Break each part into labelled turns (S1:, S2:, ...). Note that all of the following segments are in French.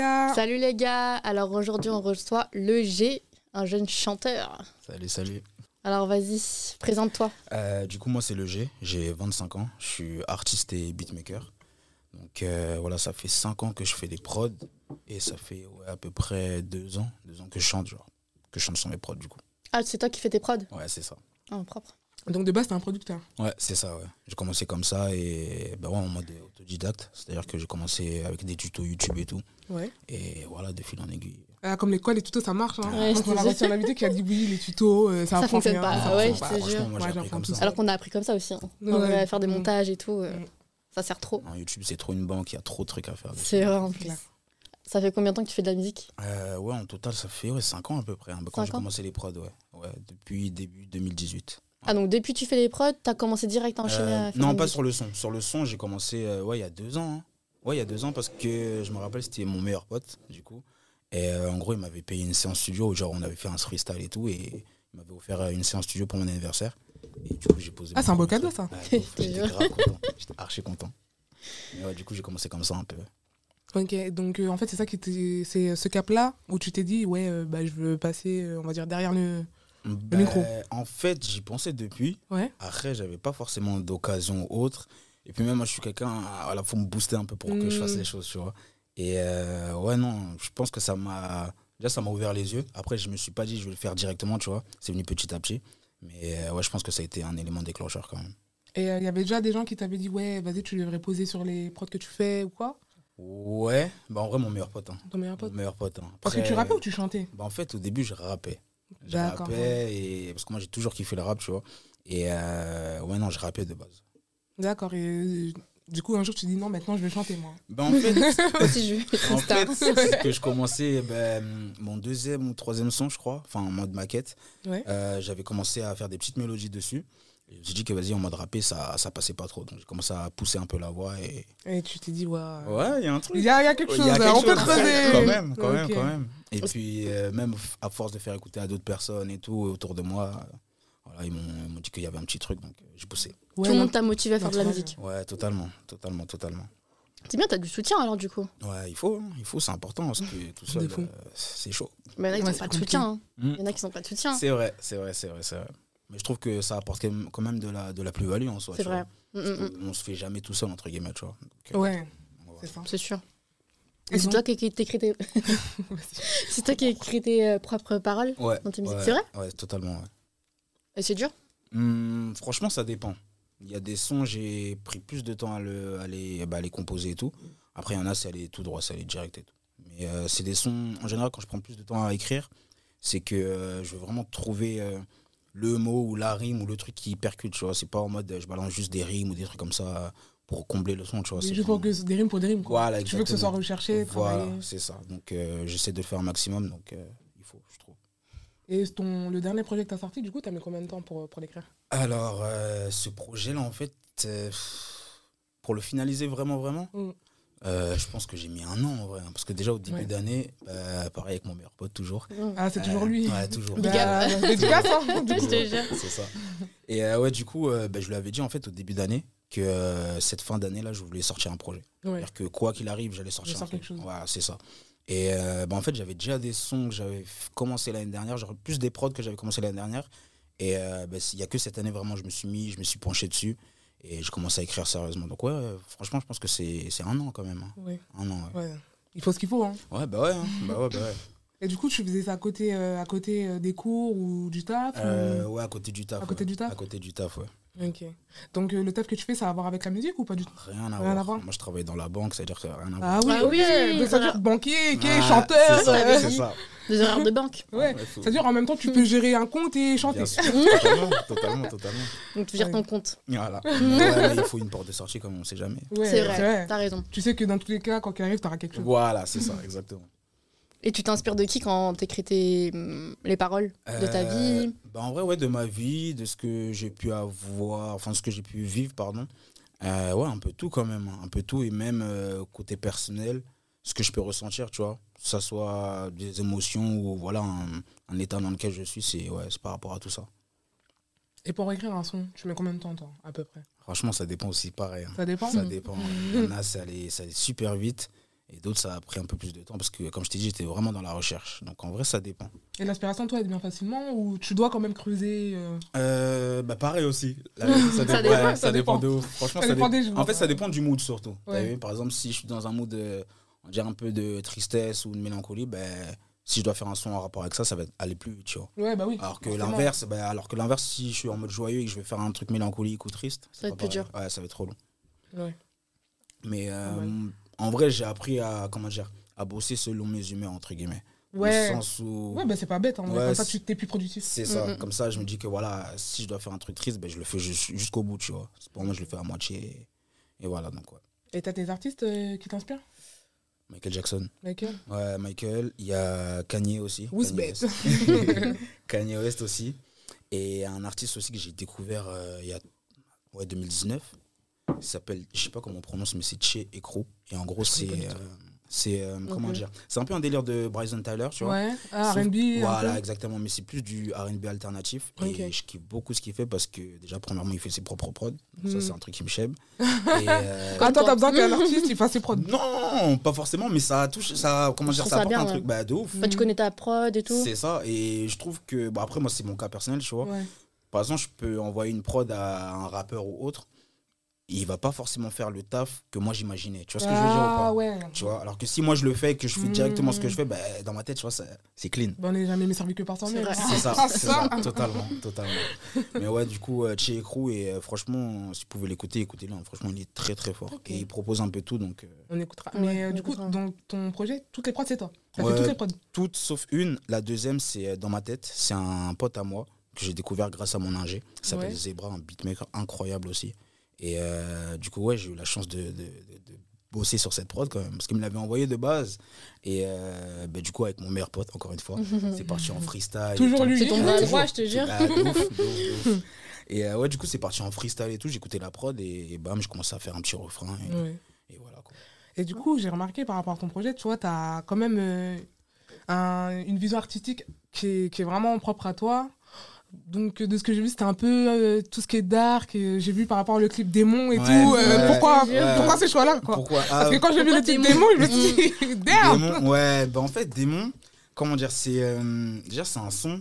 S1: Ah.
S2: Salut les gars, alors aujourd'hui on reçoit le G, un jeune chanteur.
S3: Salut, salut.
S2: Alors vas-y, présente-toi.
S3: Euh, du coup, moi, c'est le G. J'ai 25 ans. Je suis artiste et beatmaker. Donc euh, voilà, ça fait 5 ans que je fais des prods. Et ça fait ouais, à peu près 2 ans, 2 ans que je chante, genre. Que je chante sur mes prods, du coup.
S2: Ah, c'est toi qui fais tes prods
S3: Ouais, c'est ça.
S2: En propre.
S1: Donc de base, t'es un producteur.
S3: Ouais, c'est ça, ouais. J'ai commencé comme ça et bah ouais, en mode autodidacte. C'est-à-dire que j'ai commencé avec des tutos YouTube et tout.
S1: Ouais.
S3: Et voilà, de fil en aiguille.
S1: Euh, comme l'école, les tutos, ça marche. Hein.
S2: Ouais,
S1: Quand
S2: je te
S1: on a
S2: jure.
S1: reçu un invité qui a dit oui, les tutos, euh, ça,
S2: Ça
S1: apprend
S2: fonctionne
S1: rien.
S2: pas,
S1: Ça
S2: Ah ouais,
S1: fonctionne
S2: je te
S1: pas.
S2: jure.
S3: Franchement, moi,
S1: Ouais,
S3: j'ai
S1: j'apprends
S3: appris comme
S1: tout
S3: ça.
S2: Alors qu'on a appris comme ça aussi. hein.
S1: Ouais.
S2: On va faire des
S1: Mm.
S2: montages et tout. euh,
S1: Mm.
S2: Ça sert trop.
S3: En YouTube, c'est trop une banque. Il y a trop de trucs à faire. dessus.
S2: C'est vrai en
S1: C'est
S2: plus.
S1: clair.
S2: Ça fait combien de temps que tu fais de la musique
S3: Euh, ouais, en total, ça fait 5 ans à peu près. hein, bah, quand
S2: Cinq
S3: j'ai
S2: ans
S3: commencé les prods, ouais. ouais. Depuis début 2018.
S2: Ah donc depuis que tu fais les prods, t'as commencé direct à enchaîner
S3: Euh,
S2: à faire
S3: non,
S2: de
S3: pas
S2: la
S3: sur le son. Sur le son, j'ai commencé euh, ouais, il y a deux ans. hein. Ouais, il y a deux ans parce que je me rappelle, c'était mon meilleur pote, du coup. Et euh, en gros, il m'avait payé une séance studio où genre on avait fait un freestyle et tout. Et il m'avait offert euh, une séance studio pour mon anniversaire. Et du coup, j'ai posé.
S1: Ah,
S3: mon
S1: c'est un beau
S3: premier
S1: cadeau,
S3: truc.
S1: ça.
S3: Ouais, de ouf,
S2: Je te
S3: J'étais
S2: jure.
S3: grave content. J'étais archi content. Mais ouais, du coup, j'ai commencé comme ça un peu.
S1: Ok, donc euh, en fait, c'est ça qui était. C'est euh, ce cap-là où tu t'es dit, ouais, euh, bah, je veux passer, euh, on va dire, derrière le.
S3: Bah,
S1: micro.
S3: En fait, j'y pensais depuis.
S1: Ouais.
S3: Après, j'avais pas forcément d'occasion ou autre. Et puis même, moi, je suis quelqu'un, à la faut me booster un peu pour que je fasse
S1: Mm.
S3: les choses, tu vois. Et euh, ouais, non, je pense que ça m'a... Déjà, ça m'a ouvert les yeux. Après, je me suis pas dit, je vais le faire directement, tu vois. C'est venu petit à petit. Mais euh, ouais, je pense que ça a été un élément déclencheur quand même.
S1: Et euh, il y avait déjà des gens qui t'avaient dit, ouais, vas-y, tu devrais poser sur les prods que tu fais ou quoi
S3: Ouais, bah en vrai, mon meilleur pote. hein.
S1: Ton meilleur pote.
S3: Mon meilleur pote. hein.
S1: Parce que tu
S3: Après,
S2: euh,
S1: rappais ou tu chantais
S3: Bah, en fait, au début, je rappais. Je
S1: D'accord,
S3: rappais, et... parce que moi, j'ai toujours kiffé le rap, tu vois. Et euh, ouais, non, je rappais de base.
S1: D'accord. Et euh, du coup, un jour, tu dis, non, maintenant, je vais chanter, moi.
S3: Bah, en fait,
S2: musique. Aussi je
S3: En
S2: Star.
S3: fait, c'est que je commençais ben, mon deuxième ou troisième son, je crois, enfin en mode maquette.
S1: Ouais.
S3: Euh, J'avais commencé à faire des petites mélodies dessus. Et je me suis dit que vas-y, en mode rappé, ça, ça passait pas trop. Donc j'ai commencé à pousser un peu la voix. Et...
S1: Et tu t'es dit, ouais.
S3: Ouais, il y a un
S1: Il
S3: truc.
S1: y, a il y a quelque chose,
S3: Il y a
S1: là,
S3: quelque
S1: on peut
S3: chose.
S1: creuser.
S3: Quand même, quand
S1: Ok.
S3: même, quand même. Et puis, euh, même f- à force de faire écouter à d'autres personnes et tout autour de moi, euh, voilà, ils m'ont ils m'ont dit qu'il y avait un petit truc, donc euh, j'ai poussé.
S1: Ouais,
S2: Tout
S1: non,
S2: le monde t'a motivé à faire de la
S1: Naturel.
S2: musique.
S3: Ouais, totalement, totalement, totalement.
S2: C'est bien, t'as du soutien alors du coup.
S3: Ouais, il faut, hein, il faut, c'est important, parce que tout seul,
S1: De fou.
S3: euh, c'est chaud.
S2: Mais il y en a qui
S1: Ouais,
S2: n'ont
S1: c'est
S2: pas de
S1: compliqué.
S2: soutien. hein.
S3: Mm.
S2: Il y en a qui n'ont pas de soutien.
S3: C'est vrai, c'est vrai, c'est vrai, c'est vrai. Mais je trouve que ça apporte quand même- quand même de la, de la plus-value en soi.
S2: C'est
S3: tu
S2: vrai.
S3: vois.
S2: Mm, mm, mm.
S3: On se fait jamais tout seul, entre guillemets, tu vois. Donc, euh,
S1: Ouais,
S3: on va-
S1: c'est ça.
S2: C'est sûr.
S1: Et
S2: Et c'est
S1: donc-
S2: toi qui qui t'écris tes... c'est toi qui écris tes euh, propres paroles
S3: Ouais.
S2: dans tes musiques.
S3: ouais,
S2: C'est vrai
S3: Ouais, totalement, ouais.
S2: Et c'est dur
S3: Hum, franchement, ça dépend. Il y a des sons, j'ai pris plus de temps à, le, à, les, bah, à les composer et tout. Après, il y en a, c'est aller tout droit, c'est aller direct et tout. Mais euh, c'est des sons, en général, quand je prends plus de temps à écrire, c'est que euh, je veux vraiment trouver euh, le mot ou la rime ou le truc qui percute, tu vois. C'est pas en mode euh, je balance juste des rimes ou des trucs comme ça euh, pour combler le son, tu vois.
S1: Mais
S3: C'est
S1: Juste pour
S3: vraiment-
S1: que des rimes pour des rimes. Quoi.
S3: Voilà,
S1: tu veux que ce soit
S3: exactement.
S1: recherché,
S3: Voilà,
S1: travaillé.
S3: c'est ça. Donc, euh, j'essaie de faire un maximum, donc euh, il faut, je trouve.
S1: Et ton, le dernier projet que t'as sorti, du coup, t'as mis combien de temps pour, pour l'écrire
S3: Alors, euh, ce projet-là, en fait, euh, pour le finaliser vraiment, vraiment,
S1: Mm.
S3: euh, je pense que j'ai mis un an en vrai. hein, parce que déjà, au début
S1: Ouais.
S3: d'année, euh, pareil avec mon meilleur pote, toujours.
S1: Ah, c'est
S3: Euh,
S1: toujours lui.
S3: Ouais, toujours.
S2: Big
S1: Bah, dédicace, hein, du
S2: Je
S1: coup.
S2: te jure.
S3: C'est ça. Et euh, ouais, du coup, euh, bah, je lui avais dit, en fait, au début d'année, que euh, cette fin d'année-là, je voulais sortir un projet.
S1: Ouais.
S3: C'est-à-dire que quoi qu'il arrive, j'allais sortir
S1: Je
S3: un
S1: sors
S3: truc.
S1: quelque chose.
S3: Voilà, c'est ça. Et euh, bah, en fait, j'avais déjà des sons que j'avais f- commencé l'année dernière, genre plus des prods que j'avais commencé l'année dernière. Et euh, bah, il n'y a que cette année vraiment, je me suis mis, je me suis penché dessus et je commence à écrire sérieusement. Donc, ouais, euh, franchement, je pense que c'est c'est un an quand même. hein.
S1: Ouais,
S3: Un an,
S1: ouais. Il faut ce qu'il faut. Hein.
S3: ouais. Ouais, bah ouais, hein. bah ouais, bah ouais.
S1: Et du coup, tu faisais ça à côté, euh, à côté euh, des cours ou du taf ou-
S3: Euh, ouais, à côté du taf.
S1: À côté
S3: ouais.
S1: du taf
S3: À côté du taf, ouais.
S1: Ok. Donc, euh, le taf que tu fais, ça a à voir avec la musique ou pas du tout
S3: Rien à,
S1: Rien à
S3: voir.
S1: voir.
S3: Moi, je travaillais dans la banque, c'est-à-dire que rien à voir.
S1: Ah oui,
S2: Ah
S1: ok. Donc,
S2: oui,
S1: ça veut
S2: voilà.
S1: dire banquier, quai,
S3: Ah,
S1: chanteur.
S3: c'est ça,
S1: euh,
S3: c'est ça.
S2: Des horaires de banque.
S1: Ouais.
S3: Ouais, faut-
S1: C'est-à-dire, en même temps,
S2: Hmm.
S1: tu peux gérer un compte et chanter.
S3: Bien sûr, totalement, totalement, totalement.
S2: Donc tu gères ton compte.
S3: Voilà. Ouais, mais il faut une porte de sortie, comme on sait jamais.
S1: Ouais,
S2: c'est vrai. T'as raison.
S1: Tu sais que dans tous les cas, quand tu arrives, t'auras quelque chose.
S3: Voilà, c'est ça, exactement.
S2: Et tu t'inspires de qui quand t'écris tes... hum, les paroles de ta
S3: Euh,
S2: vie
S3: bah, En vrai, ouais, de ma vie, de ce que j'ai pu avoir, enfin, ce que j'ai pu vivre, pardon. Euh, ouais, un peu tout quand même, hein, un peu tout, et même euh, côté personnel, ce que je peux ressentir, tu vois. Que ça soit des émotions ou voilà, un, un état dans lequel je suis, c'est ouais, c'est par rapport à tout ça.
S1: Et pour écrire un son, tu mets combien de temps, toi, à peu près
S2: Mm.
S3: Franchement, ça dépend aussi, pareil. hein.
S1: Ça dépend
S3: Ça dépend. Il y en a, ça allait, ça allait super vite. Et d'autres, ça a pris un peu plus de temps parce que, comme je t'ai dit, j'étais vraiment dans la recherche. Donc en vrai, ça dépend.
S1: Et l'inspiration, toi, elle vient facilement ou tu dois quand même creuser euh,
S3: Euh, bah pareil aussi. La vérité, ça, dépend,
S1: dépend,
S3: ouais,
S1: ça
S3: ça dépend
S1: dépend.
S3: de ouf. Franchement,
S1: Ça
S3: ça,
S1: dépend
S3: dé-
S1: des jours,
S3: En fait, ça
S1: ouais.
S3: dépend du mood surtout. T'as
S1: Ouais.
S3: vu, par exemple, si je suis dans un mood, euh, on dirait un peu de tristesse ou de mélancolie, ben, si je dois faire un son en rapport avec ça, ça va être- aller plus vite, tu vois.
S1: Ouais, bah oui.
S3: Alors que
S1: forcément.
S3: l'inverse, ben, alors que l'inverse, si je suis en mode joyeux et que je vais faire un truc mélancolique ou triste,
S2: Ça va
S3: c'est
S2: être plus
S3: pas pareil. Ouais, ça va être trop long.
S1: Ouais.
S3: Mais euh,
S1: Ouais.
S3: en vrai, j'ai appris à comment dire, à bosser selon mes humeurs entre guillemets.
S1: Ouais.
S3: Au sens où
S1: Ouais, bah c'est pas bête, hein.
S3: Ouais,
S1: comme ça,
S3: c'est-
S1: tu t'es plus productif.
S3: C'est ça.
S2: Mm, mm.
S3: Comme ça, je me dis que voilà, si je dois faire un truc triste, ben, je le fais jus- jusqu'au bout, tu vois. C'est Pour moi, je le fais à moitié. Et, et voilà, donc ouais.
S1: Et t'as des artistes euh, qui t'inspirent euh,
S3: Michael Jackson.
S1: Lesquels
S3: Ouais, Michael. Il y a Kanye aussi.
S1: Who's
S3: Kanye
S1: bad
S3: West. Kanye West aussi. Et un artiste aussi que j'ai découvert euh, il y a ouais, 2019. Il s'appelle, je sais pas comment on prononce, mais c'est Che Ekro. Et en gros,
S1: connais pas du
S3: c'est.
S1: tout.
S3: euh, c'est euh, comment
S2: Ok.
S3: dire C'est un peu un délire de Bryson Tyler, tu vois.
S1: Ouais, ah,
S3: Sauf-
S1: RB. un
S3: Voilà,
S1: peu.
S3: exactement. Mais c'est plus du RB alternatif.
S1: Ok.
S3: Et je kiffe beaucoup ce qu'il fait parce que, déjà, premièrement, il fait ses propres prods. Donc
S1: Hmm.
S3: Ça, c'est un truc qui me chèbe. Et, euh,
S2: Quoi
S1: Attends, t'as besoin qu'un artiste il fasse ses prods.
S3: non, pas forcément, mais ça touche, ça, comment
S2: Je
S3: dire,
S2: trouve
S3: ça
S2: ça
S3: apporte
S2: bien,
S3: un
S2: ouais.
S3: truc bah, de ouf.
S2: Enfin, tu connais ta prod et tout.
S3: C'est ça. Et je trouve que, bon, après, moi, c'est mon cas personnel, tu vois.
S1: Ouais.
S3: Par exemple, je peux envoyer une prod à un rappeur ou autre. Il va pas forcément faire le taf que moi j'imaginais. Tu vois ce que je veux dire ou
S1: Ah
S3: pas
S1: ouais.
S3: Tu vois, alors que si moi je le fais, que je fais
S1: Hmm.
S3: directement ce que je fais, bah, dans ma tête, tu vois, ça- c'est clean.
S1: Bah, on n'est jamais mieux servi que par
S2: C'est
S1: soi-même.
S2: vrai.
S1: hein.
S3: C'est ça,
S1: Ah,
S3: c'est
S1: ça.
S3: ça, totalement, totalement. Mais ouais, du coup, euh, Che Crew, et euh, franchement, si vous pouvez l'écouter, écoutez-le. hein. Franchement, il est très très fort.
S1: Ok.
S3: Et il propose un peu tout, donc euh,
S1: On écoutera.
S2: Ouais,
S1: Mais euh,
S2: on
S1: du coup,
S2: écoutera.
S1: dans ton projet, toutes les prods, c'est toi. T'as
S3: Ouais.
S1: fait toutes les prods.
S3: toutes sauf une. La deuxième, c'est euh, dans ma tête. C'est un pote à moi que j'ai découvert grâce à mon ingé. Il s'appelle
S1: Ouais.
S3: Zebra, un beatmaker incroyable aussi. Et euh, du coup, ouais, j'ai eu la chance de, de- de- de bosser sur cette prod quand même, parce qu'il me l'avait envoyé de base. Et euh, bah, du coup, avec mon meilleur pote, encore une fois, c'est parti en freestyle.
S1: Toujours
S3: Et tout.
S1: lui.
S2: C'est ton
S3: Ah,
S2: bras
S3: toujours.
S2: droit, je te jure.
S3: Ah, de ouf, de ouf, de ouf. Et euh, ouais, du coup, c'est parti en freestyle et tout. J'écoutais la prod et, et bam, je commençais à faire un petit refrain. Et,
S1: Ouais.
S3: et voilà. Quoi.
S1: Et du coup, j'ai remarqué par rapport à ton projet, tu vois, tu as quand même euh, un- une vision artistique qui est, qui est vraiment propre à toi. Donc, euh, de ce que j'ai vu, c'était un peu euh, tout ce qui est dark. et J'ai vu par rapport au clip Démon et
S3: Ouais,
S1: tout. euh,
S3: ouais.
S1: pourquoi,
S2: Ouais.
S1: pourquoi ce choix-là quoi
S3: Pourquoi
S1: Parce
S3: Ah,
S1: que quand j'ai vu le
S2: Pourquoi
S1: clip Démon,
S2: Démon
S1: je me suis dit, damn
S3: Démon Ouais, bah en fait, Démon, comment dire, c'est. euh, déjà, c'est un son.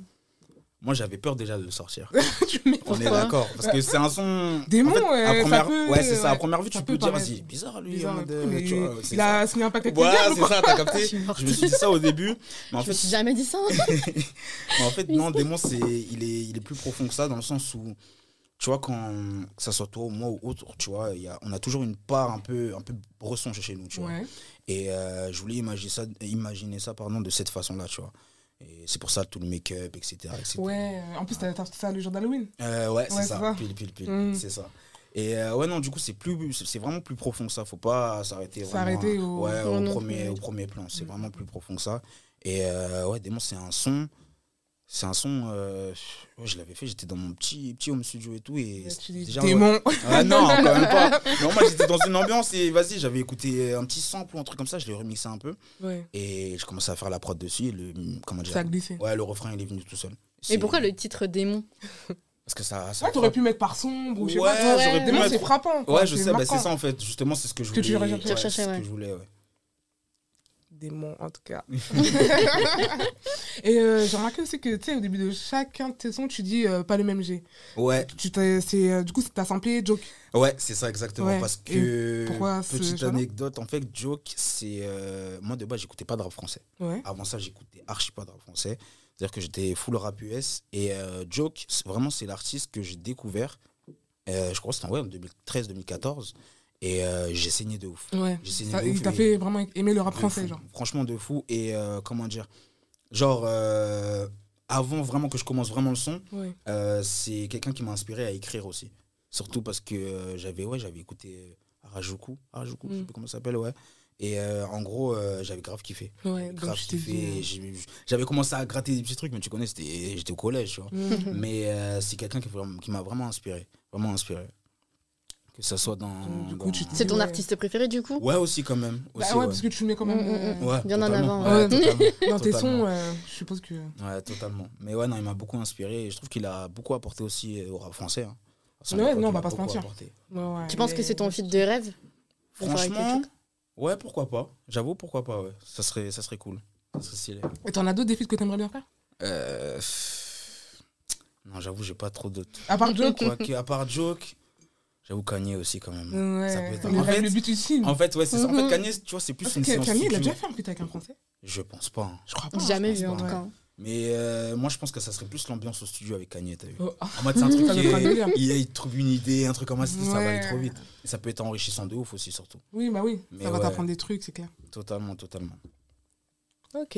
S3: Moi, j'avais peur déjà de le sortir.
S1: tu mets-
S3: On est
S2: Pourquoi
S3: d'accord. Parce que c'est un son.
S1: Démon,
S3: en fait,
S1: euh, ça
S3: à première,
S1: peut-
S3: Ouais, c'est ça. À
S1: ouais,
S3: première vue,
S1: ça
S3: tu
S1: peut
S3: peux dire,
S1: paraître
S3: vas-y, bizarre lui.
S1: Bizarre,
S3: en mode, euh,
S1: mais
S3: tu vois, c'est
S1: Il
S3: ça.
S1: a signé un pacte avec le
S3: Voilà,
S1: diable,
S3: c'est
S1: quoi.
S3: ça, t'as capté.
S2: Je suis morte.
S3: Je me suis dit ça au début. Mais en
S2: Je me
S3: fait,
S2: suis jamais dit ça.
S3: Mais en fait, non, démon, c'est, il, est, il est plus profond que ça, dans le sens où, tu vois, quand que ça soit toi ou moi ou autre, tu vois, il y a, on a toujours une part un peu, un peu bresson chez nous, tu vois.
S1: Ouais.
S3: Et euh, je voulais imaginer ça, imaginer ça pardon, de cette façon-là, tu vois. Et c'est pour ça tout le make-up, etc. etc.
S1: ouais, en plus, t'as t'as sorti ça le jour d'Halloween.
S3: Euh, ouais,
S1: Ouais,
S3: c'est ça.
S1: c'est ça.
S3: Pile, pile, pile.
S1: Mm.
S3: C'est ça. Et euh, ouais, non, du coup, c'est plus c'est c'est vraiment plus profond que ça. Faut pas s'arrêter vraiment
S1: S'arrêter
S3: à-
S1: au-
S3: ouais,
S2: Non,
S3: au,
S2: non,
S3: premier,
S2: faut-
S3: au premier plan. C'est
S1: Mm.
S3: vraiment plus profond que ça. Et euh, ouais, Démon, c'est un son. C'est un son. euh, ouais, je l'avais fait, j'étais dans mon petit, petit home studio et tout. Et
S1: Et
S3: c'est-
S1: Tu dis,
S3: déjà, ouais.
S1: Démon
S3: Ah non, quand même pas. Non, moi, j'étais dans une ambiance et vas-y, j'avais écouté un petit sample ou un truc comme ça. Je l'ai remixé un peu.
S1: Ouais,
S3: Et je commençais à faire la prod dessus. Et le, comment dire
S1: ça a glissé.
S3: Ouais, le refrain, il est venu tout seul.
S2: Mais
S3: C'est-
S2: pourquoi le titre démon
S3: Parce que ça. ça
S1: Ouais, t'aurais pu mettre par sombre ou je sais
S3: Ouais,
S1: pas. toi.
S2: j'aurais pu
S1: Démon,
S3: mettre-
S1: c'est frappant. quoi,
S3: Ouais, je
S1: c'est
S3: sais, bah, c'est
S1: marquant.
S3: ça en fait. Justement, c'est ce que je
S1: Que
S3: voulais.
S1: tu recherchais.
S3: ouais,
S2: Recherchais,
S3: c'est ce
S2: ouais.
S3: que je voulais, ouais.
S1: démons en tout cas. et euh, j'ai remarqué aussi que tu sais au début de chacun de tes sons tu dis euh, pas le même G.
S3: Ouais,
S1: Tu t'es- c'est euh, du coup c'est- t'as samplé Joke.
S3: ouais, c'est ça exactement.
S1: Ouais,
S3: Parce
S1: et
S3: que.
S1: pourquoi ce
S3: petite
S1: choix-là
S3: anecdote, en fait, Joke, c'est. euh, moi, de base, j'écoutais pas de rap français.
S1: Ouais.
S3: Avant ça, j'écoutais archi pas de rap français. C'est-à-dire que j'étais full rap US. Et euh, Joke, c'est- vraiment, c'est l'artiste que j'ai découvert. euh, je crois que c'était en, ouais, en 2013-2014. Et euh, j'ai saigné de ouf.
S1: Ouais.
S3: J'ai saigné
S1: Ça-
S3: de ouf,
S1: il t'a
S3: mais-
S1: fait vraiment aimer le rap
S3: de
S1: français
S3: fou.
S1: genre.
S3: Franchement, de fou. Et euh, comment dire Genre, euh, avant vraiment que je commence vraiment le son,
S1: Ouais.
S3: euh, c'est quelqu'un qui m'a inspiré à écrire aussi. Surtout parce que euh, j'avais ouais, j'avais écouté euh, Harajuku. Harajuku, je sais
S1: Mm.
S3: plus comment ça s'appelle, ouais. Et euh, en gros, euh, j'avais grave kiffé.
S1: Ouais. Donc
S3: Grave
S1: je t'ai
S3: kiffé.
S1: dit. euh,
S3: J'ai- J'avais commencé à gratter des petits trucs, mais tu connais, c'était- j'étais au collège, tu vois.
S1: euh, mhm.
S3: Mais euh, c'est quelqu'un qui, vraiment- qui m'a vraiment inspiré. Vraiment inspiré. Que ça soit dans.
S1: Donc, du coup,
S3: dans-
S1: tu t'es-
S2: C'est ton
S1: Ouais.
S2: artiste préféré du coup
S3: Ouais, aussi, quand même.
S1: Bah
S3: Aussi,
S1: ouais,
S3: ouais.
S1: parce que tu mets quand même euh,
S2: Mm, mm,
S3: Ouais,
S2: Bien en
S3: totalement.
S2: avant,
S1: ouais.
S3: Ouais, totalement.
S1: dans tes
S3: Totalement.
S1: sons euh, je suppose que
S3: Ouais, totalement. Mais ouais, non, il m'a beaucoup inspiré et je trouve qu'il a beaucoup apporté aussi au rap français. hein. À son
S1: Ouais,
S3: époque,
S1: non, on
S3: il
S1: va
S3: a
S1: pas se
S3: beaucoup
S1: mentir.
S3: apporté.
S1: Ouais, ouais,
S2: Tu penses
S1: mais-
S2: que c'est ton feat de rêve Faut faire avec
S3: Franchement,
S2: Ketchuk.
S3: Ouais, pourquoi pas. J'avoue, pourquoi pas, ouais. Ça serait, ça serait cool. Ça serait stylé.
S1: Et t'en as d'autres défis que t'aimerais bien faire
S3: Euh, pff, Non, j'avoue, j'ai pas trop de.
S1: À part Joke
S3: Quoi qu'il- à part Joke, j'avoue Kanye aussi quand même.
S1: Ouais.
S3: Ça peut être un-
S1: Le,
S3: en fait-
S1: le but ultime.
S3: En fait, ouais, c'est ça. En
S2: Mhm.
S3: fait, Kanye, tu vois, c'est plus
S1: Parce
S3: une
S1: que
S3: séance.
S1: Camille, il a
S3: studio.
S1: déjà fait un feat avec un Français
S3: Je pense pas. hein.
S1: Je crois pas.
S2: Jamais
S3: je
S2: vu en
S3: pense
S2: tout
S1: pas,
S2: cas.
S3: Mais euh, moi, je pense que ça serait plus l'ambiance au studio avec Kanye, t'as vu.
S1: Oh, ah,
S3: En mode, c'est un truc
S1: Ça
S3: qui
S1: doit être un
S3: est-
S1: délire.
S3: il, il trouve une idée, un truc comme ça, ça va aller
S1: Ouais.
S3: trop vite. Et ça peut être enrichissant de ouf aussi, surtout.
S1: Oui, bah oui,
S3: Mais
S1: ça va
S3: ouais.
S1: t'apprendre des trucs, c'est clair.
S3: Totalement, totalement.
S1: Ok.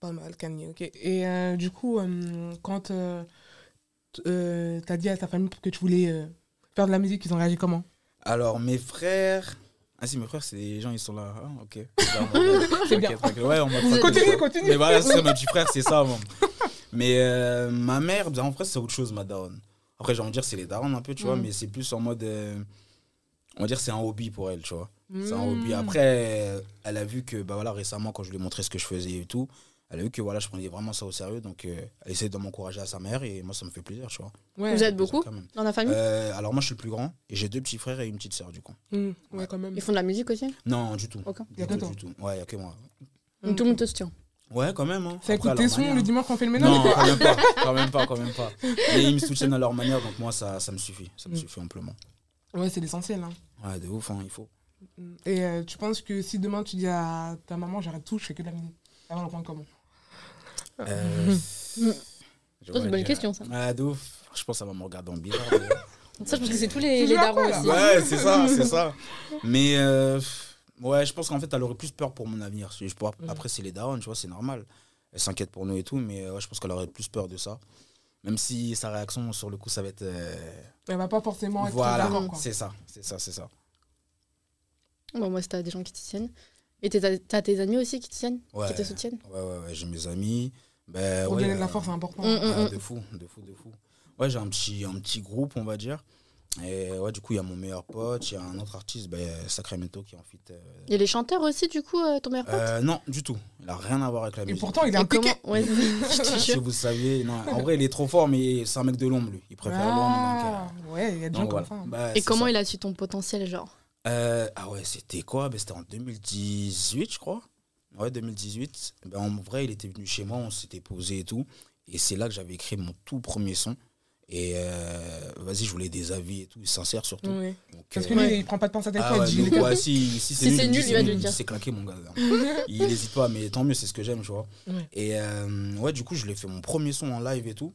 S1: Pas mal, Kanye, ok. Et euh, du coup, euh, quand euh, t- euh, t'as dit à ta famille que tu voulais euh, faire de la musique, ils ont réagi comment
S3: Alors, mes frères. Ah si, mes frères, c'est des gens, ils sont là. Ah, ok. c'est
S1: bien.
S3: Ouais, on m'a
S2: Vous êtes-
S1: Continue, continue.
S3: Mais voilà, c'est ça, mon petit frère, c'est ça, moi. Mais euh, ma mère, en vrai, c'est autre chose, ma daronne. Après, j'ai envie de dire, c'est les darons un peu, tu vois,
S1: Mm.
S3: mais c'est plus en mode. euh, on va dire, c'est un hobby pour elle, tu vois. C'est un
S1: Hmm.
S3: hobby. Après, euh, elle a vu que, bah voilà, récemment, quand je lui ai montré ce que je faisais et tout, elle a vu que, voilà, je prenais vraiment ça au sérieux. Donc, euh, elle essaie de m'encourager à sa mère et moi, ça me fait plaisir, tu vois.
S1: Ouais,
S2: Vous êtes beaucoup Ah
S3: Quand même.
S2: dans la famille
S3: Euh, alors, moi, je suis le plus grand et j'ai deux petits frères et une petite sœur, du coup.
S1: Hmm, ouais, quand même.
S2: Ils font de la musique aussi
S3: Non, du tout.
S2: Aucun.
S3: Du
S1: Y a que
S3: tout,
S1: toi.
S3: du tout. Ouais, y a que moi.
S2: Donc, Tout le monde te soutient.
S3: Ouais, quand même. Hein.
S1: Ça
S3: Après, à
S1: écoute
S3: leur
S1: tes sons
S3: manière,
S1: le
S3: hein.
S1: dimanche quand on fait le ménage et
S3: Non,
S1: tout.
S3: quand même pas, quand même pas, quand même pas. Mais ils me soutiennent à leur manière, donc moi, ça, ça me suffit. Ça
S2: Hmm.
S3: me
S1: Mm.
S3: suffit amplement.
S1: Ouais, c'est l'essentiel. hein.
S3: Ouais, de ouf, hein, il faut.
S1: Hmm. Et euh, tu penses que si demain tu dis à ta maman, j'arrête tout, je fais que de la musique Ça va le point commun.
S3: Euh, je
S2: Hmm. Ça, c'est
S3: vois
S2: une bonne
S3: dire-
S2: question, ça.
S3: Ouais, de ouf. Je pense que ça va me regarder en bizarre. d'ailleurs.
S2: Ça, je pense que c'est tous les,
S1: Tu
S2: les
S1: vois pas,
S2: darons
S1: là
S2: aussi.
S3: ouais, c'est ça, c'est ça. Mais euh, ouais, je pense qu'en fait, elle aurait plus peur pour mon avenir. Je pourrais-
S1: Mm.
S3: Après, c'est les darons, tu vois, c'est normal. Elle s'inquiète pour nous et tout, mais ouais, je pense qu'elle aurait plus peur de ça. Même si sa réaction, sur le coup, ça va être... euh,
S1: Elle va pas forcément être
S3: voilà,
S1: d'accord. quoi.
S3: c'est ça, c'est ça, c'est ça.
S2: Bon, moi, si t'as des gens qui te tiennent. Et t'es- t'as tes amis aussi qui te tiennent
S3: Ouais.
S2: Qui te soutiennent
S3: Ouais, ouais, ouais, j'ai mes amis. Ben,
S1: Pour
S3: ouais,
S1: donner de la
S3: euh,
S1: force, hein. c'est important.
S2: Mm, mm,
S3: ah,
S2: mm.
S3: de fou, de fou, de fou. Ouais, j'ai un petit, un petit groupe, on va dire. Et ouais, du coup, il y a mon meilleur pote, il y a un autre artiste, ben, Sacramento, qui est en fit. euh,
S2: Il y a les chanteurs aussi, du coup, euh, ton meilleur pote
S3: euh, non, du tout. Il a rien à voir avec la
S1: Et
S3: musique.
S1: pourtant, il est
S2: Et
S1: impliqué.
S2: comment Ouais, je te
S3: si
S2: jure.
S3: vous saviez, non, en vrai, il est trop fort, mais c'est un mec de l'ombre, lui. Il préfère
S1: Ah,
S3: l'ombre.
S1: ouais, il y a des
S3: Donc,
S1: gens comme
S3: euh, donc, voilà.
S1: ça. hein.
S3: Bah,
S2: Et
S3: c'est
S2: comment
S3: ça.
S2: il a su ton potentiel, genre
S3: Euh, ah ouais, c'était quoi Ben, C'était en 2018, je crois. Ouais, 2018. Ben, en vrai, il était venu chez moi, on s'était posé et tout. Et c'est là que j'avais écrit mon tout premier son. Et euh, vas-y, je voulais des avis et tout, sincères surtout.
S1: Ouais.
S3: Donc,
S1: Parce
S3: euh,
S1: que lui, il prend pas de pense à tête,
S3: ah
S1: il
S3: ouais,
S1: dit,
S3: donc,
S1: les gars,
S3: ouais, si, si
S2: Si
S3: c'est
S2: c'est
S3: nul, il me dit,
S2: nul, il va te le
S3: il me dit,
S2: dire.
S3: C'est claqué, mon gars. il hésite pas, mais tant mieux, c'est ce que j'aime, tu vois.
S1: Ouais.
S3: Et euh, ouais, du coup, je l'ai fait mon premier son en live et tout.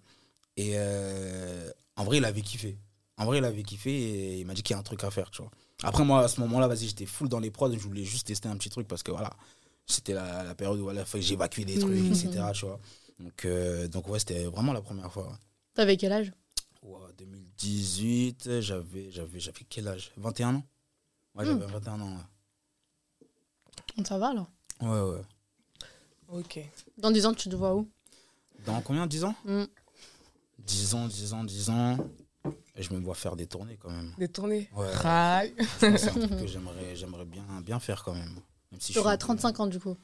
S3: Et euh, en vrai, il avait kiffé. En vrai, il avait kiffé et il m'a dit qu'il y a un truc à faire, tu vois. Après, moi, à ce moment-là, vas-y, j'étais full dans les prods, je voulais juste tester un petit truc parce que voilà, c'était la, la période où voilà, fallait que j'évacue des trucs,
S1: Mhm.
S3: etc., tu vois. Donc, euh, donc ouais, c'était vraiment la première fois.
S2: T'avais quel âge
S3: Ouah, 2018, j'avais, j'avais, j'avais quel âge 21 ans Ouais, j'avais
S1: Hmm.
S3: 21 ans.
S2: Ça va, alors
S3: Ouais, ouais. ouais.
S1: Ok.
S2: Dans 10 ans, tu te vois où
S3: Dans combien 10 ans
S2: Mm.
S3: 10 ans, 10 ans, 10 ans. Et je me vois faire des tournées quand même.
S1: Des tournées.
S3: Ouais,
S1: Raille.
S3: ça, c'est un truc que j'aimerais, j'aimerais bien, bien faire quand même. Même
S2: Tu
S3: si je suis
S2: auras
S3: un peu-
S2: 35 ans, du coup.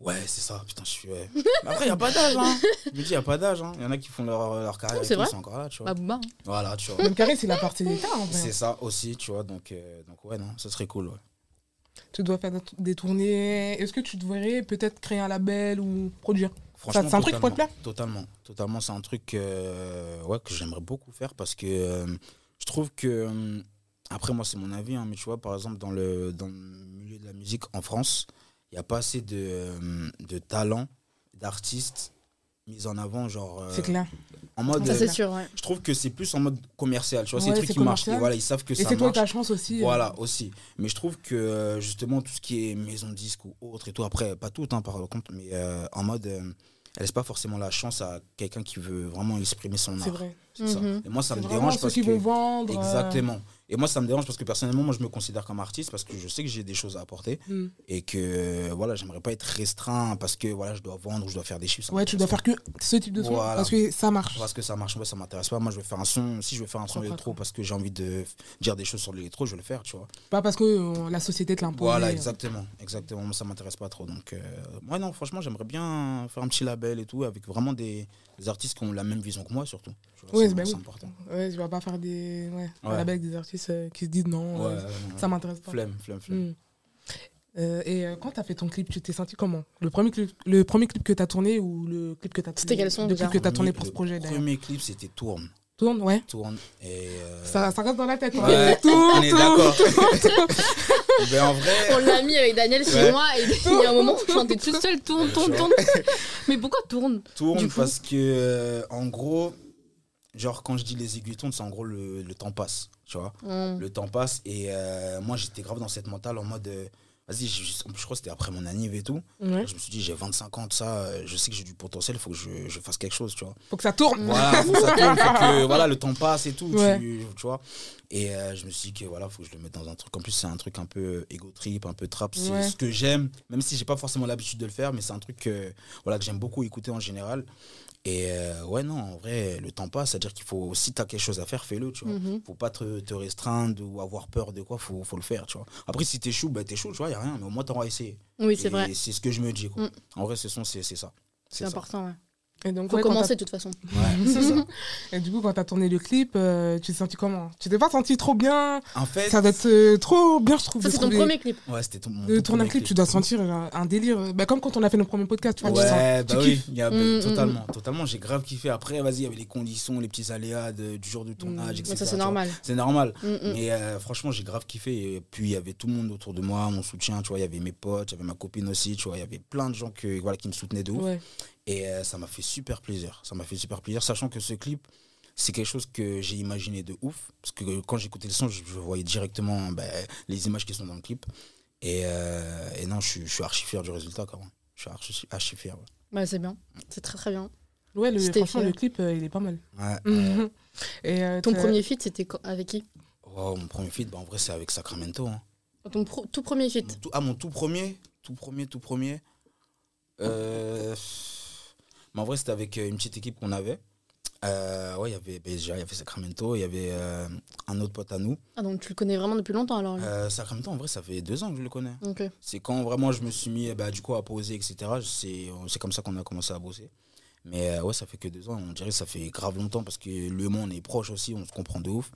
S3: Ouais, c'est ça, putain, je suis. ouais. Mais après, il n'y a pas d'âge, hein. Je me dis, il n'y a pas d'âge, hein. Il y en a qui font leur, leur carrière,
S2: Non,
S3: et
S2: c'est
S3: tout,
S2: vrai.
S3: ils sont encore là, tu vois.
S2: Bah, Booba. hein.
S3: Voilà, tu vois.
S1: Même Caris, il a parti des tas, en vrai.
S3: C'est ça aussi, tu vois. Donc, euh, donc ouais, non, ce serait cool, ouais.
S1: Tu dois faire des tournées. Est-ce que tu devrais peut-être créer un label ou produire c'est un truc qui pourrait te
S3: totalement. Totalement, totalement, c'est un truc euh, ouais, que j'aimerais beaucoup faire parce que euh, je trouve que, euh, après moi c'est mon avis, hein, mais tu vois par exemple dans le, dans le milieu de la musique en France, il n'y a pas assez de, euh, de talents, d'artistes mis en avant, genre euh,
S1: C'est clair.
S3: en mode...
S2: Ça,
S3: euh,
S2: c'est sûr, ouais.
S3: je trouve que c'est plus en mode commercial, tu vois, c'est
S1: Ouais,
S3: des trucs
S1: c'est
S3: qui marchent,
S1: commercial.
S3: et voilà, ils savent que
S1: Et
S3: ça
S1: c'est toi
S3: marche.
S1: ta chance aussi. euh,
S3: Voilà, aussi. Mais je trouve que euh, justement, tout ce qui est maison de disque ou autre et tout, après, pas tout, hein, par contre, mais euh, en mode, euh, elle laisse pas forcément la chance à quelqu'un qui veut vraiment exprimer son
S1: C'est
S3: art.
S1: vrai.
S3: C'est ça.
S2: Mhm.
S3: Et moi, ça
S1: C'est
S3: me
S1: vraiment
S3: dérange
S1: ceux
S3: parce
S1: qui
S3: que.
S1: vont vendre. euh,
S3: Exactement. Et moi, ça me dérange parce que personnellement, moi, je me considère comme artiste parce que je sais que j'ai des choses à apporter
S1: hmm.
S3: et que euh, voilà, j'aimerais pas être restreint parce que voilà, je dois vendre ou je dois faire des chiffres. ça
S1: Ouais, tu dois
S3: m'intéresse
S1: faire que ce type de son
S3: Voilà.
S1: parce que ça marche.
S3: parce que ça marche, ouais, ça m'intéresse pas. Moi, je vais faire un son. Si je vais faire un son
S1: Sans
S3: électro
S1: patron.
S3: parce que j'ai envie de f- dire des choses sur l'électro, je vais le faire, tu vois.
S1: Pas parce que euh, la société te l'impose.
S3: Voilà,
S1: mais, euh,
S3: exactement, exactement. Moi, ça m'intéresse pas trop. Donc, euh, moi, non, franchement, j'aimerais bien faire un petit label et tout, avec vraiment des, des artistes qui ont la même vision que moi, surtout. Tu vois,
S1: Ouais,
S3: c'est
S1: bah
S3: c'est
S1: oui.
S3: important.
S1: Ouais, tu vas pas faire des. Ouais, un
S3: Ouais.
S1: label avec des artistes euh, qui se disent non,
S3: Ouais,
S1: euh,
S3: ouais, ouais.
S1: ça m'intéresse pas. Mm.
S2: Mm.
S3: Flemme, flemme, flemme.
S1: Hmm. Euh, et euh, quand t'as fait ton clip, tu t'es senti comment le premier, clip, le premier clip que t'as tourné ou le clip que t'as
S2: C'était quel son,
S1: le
S2: déjà
S1: clip que t'as tourné
S3: Le
S1: pour ce projet d'ailleurs
S3: premier clip, c'était Tourne.
S1: Tourne, ouais.
S3: Tourne. Et, euh,
S1: Ça, ça reste dans la tête. hein.
S3: ouais, on
S1: Tourne,
S3: est
S1: tourne.
S3: d'accord. ben, en vrai,
S2: On l'a mis avec Daniel chez
S3: Ouais.
S2: moi et il y a un moment où je chantais toute seule, tourne, tourne, tourne. Mais pourquoi tourne
S3: tourne
S2: Du coup.
S3: parce que, euh, en gros, genre, quand je dis les aiguilles tournent, c'est en gros le, le temps passe, tu vois.
S2: Hum.
S3: Le temps passe et euh, moi, j'étais grave dans cette mentale en mode, euh, vas-y, je, je crois que c'était après mon anniv et tout.
S1: Ouais.
S3: Je me suis dit, j'ai 25 ans de ça, euh, je sais que j'ai du potentiel, il faut que je, je fasse quelque chose, tu vois.
S1: Faut que ça tourne.
S3: Voilà, faut que ça tourne, faut que, voilà, le temps passe et tout,
S1: Ouais.
S3: tu, tu vois. Et euh, je me suis dit que voilà, faut que je le mette dans un truc. En plus, c'est un truc un peu euh, ego trip, un peu trap, c'est
S1: Ouais.
S3: ce que j'aime, même si j'ai pas forcément l'habitude de le faire, mais c'est un truc que, voilà, que j'aime beaucoup écouter en général. Et euh, ouais, non, en vrai, le temps passe, c'est-à-dire qu'il faut, si t'as quelque chose à faire, fais-le, tu vois.
S2: Mhm.
S3: Faut pas te, te restreindre ou avoir peur de quoi, faut, faut le faire, tu vois. Après, si t'es chaud, bah t'es chaud, tu vois, y a rien, mais au moins t'auras essayé.
S2: Oui, c'est
S3: Et
S2: vrai,
S3: C'est ce que je me dis, quoi.
S2: Mm.
S3: En vrai, ce son, c'est c'est ça.
S2: c'est
S3: ça.
S2: important. Ouais.
S1: Et donc,
S2: Faut
S1: ouais, quand
S2: commencer de toute façon.
S3: Ouais, c'est ça.
S1: t'as- Et du coup, quand t'as tourné le clip, euh, tu t'es senti comment Tu t'es pas senti trop bien
S3: En fait,
S1: Ça doit être euh, trop bien, je trouve.
S2: Ça,
S1: de
S2: c'est ton
S1: trouver-
S2: premier clip.
S3: Ouais, c'était ton. mon
S1: De
S3: tout
S1: tourner un
S3: premier
S1: clip, tu dois sentir euh, un délire. euh, bah, comme quand on a fait nos premiers podcasts, tu vois. tu sens-
S3: Ouais,
S1: tu
S3: bah oui,
S1: kiffes.
S3: il y a-
S2: Mm, mm,
S3: totalement, totalement, j'ai grave kiffé. Après, vas-y, il y avait les conditions, les petits aléas de- du jour du tournage,
S1: Mm.
S3: etc.
S2: Mais ça,
S3: tu
S2: c'est
S3: vois.
S2: normal.
S3: C'est normal.
S2: Hum, hum.
S3: Mais euh, franchement, j'ai grave kiffé. Et puis, il y avait tout le monde autour de moi, mon soutien, tu vois. Il y avait mes potes, il y avait ma copine aussi, tu vois. Il y avait plein de gens que, voilà, qui me soutenaient de ouf.
S1: Ouais.
S3: Et euh, ça m'a fait super plaisir. Ça m'a fait super plaisir, sachant que ce clip, c'est quelque chose que j'ai imaginé de ouf. Parce que euh, quand j'écoutais le son, je, je voyais directement ben, les images qui sont dans le clip. Et, euh, et non, je, suis- je suis archi fier du résultat quand même. Je suis archi, archi fier. ouais.
S2: Ouais, c'est bien. C'est très très bien.
S1: Ouais, le,
S2: C'était
S1: franchement,
S2: fier.
S1: le clip, euh, il est pas mal.
S3: Ouais.
S1: Et, euh,
S2: Ton
S1: t'as-
S2: premier feat, c'était quand- avec qui
S3: Oh, mon premier feat, bah, en vrai, c'est avec Sacramento. hein.
S2: Ton pro- tout premier
S3: Mon
S2: feat.
S3: tout- ah, mon tout premier Tout premier, tout premier. Euh, Mais en vrai, c'était avec euh, une petite équipe qu'on avait. Euh, ouais, il y avait BSGA, il y avait Sacramento, il y avait euh, un autre pote à nous.
S2: Ah, donc tu le connais vraiment depuis longtemps alors lui.
S3: Euh, Sacramento, en vrai, ça fait deux ans que je Euh, le connais.
S2: Ok.
S3: C'est quand vraiment je me suis mis eh ben, du coup, à poser, etc. C'est c'est comme ça qu'on a commencé à bosser. Mais euh, ouais, ça fait que deux ans. On dirait que ça fait grave longtemps parce que le monde est proche aussi, on se comprend de ouf.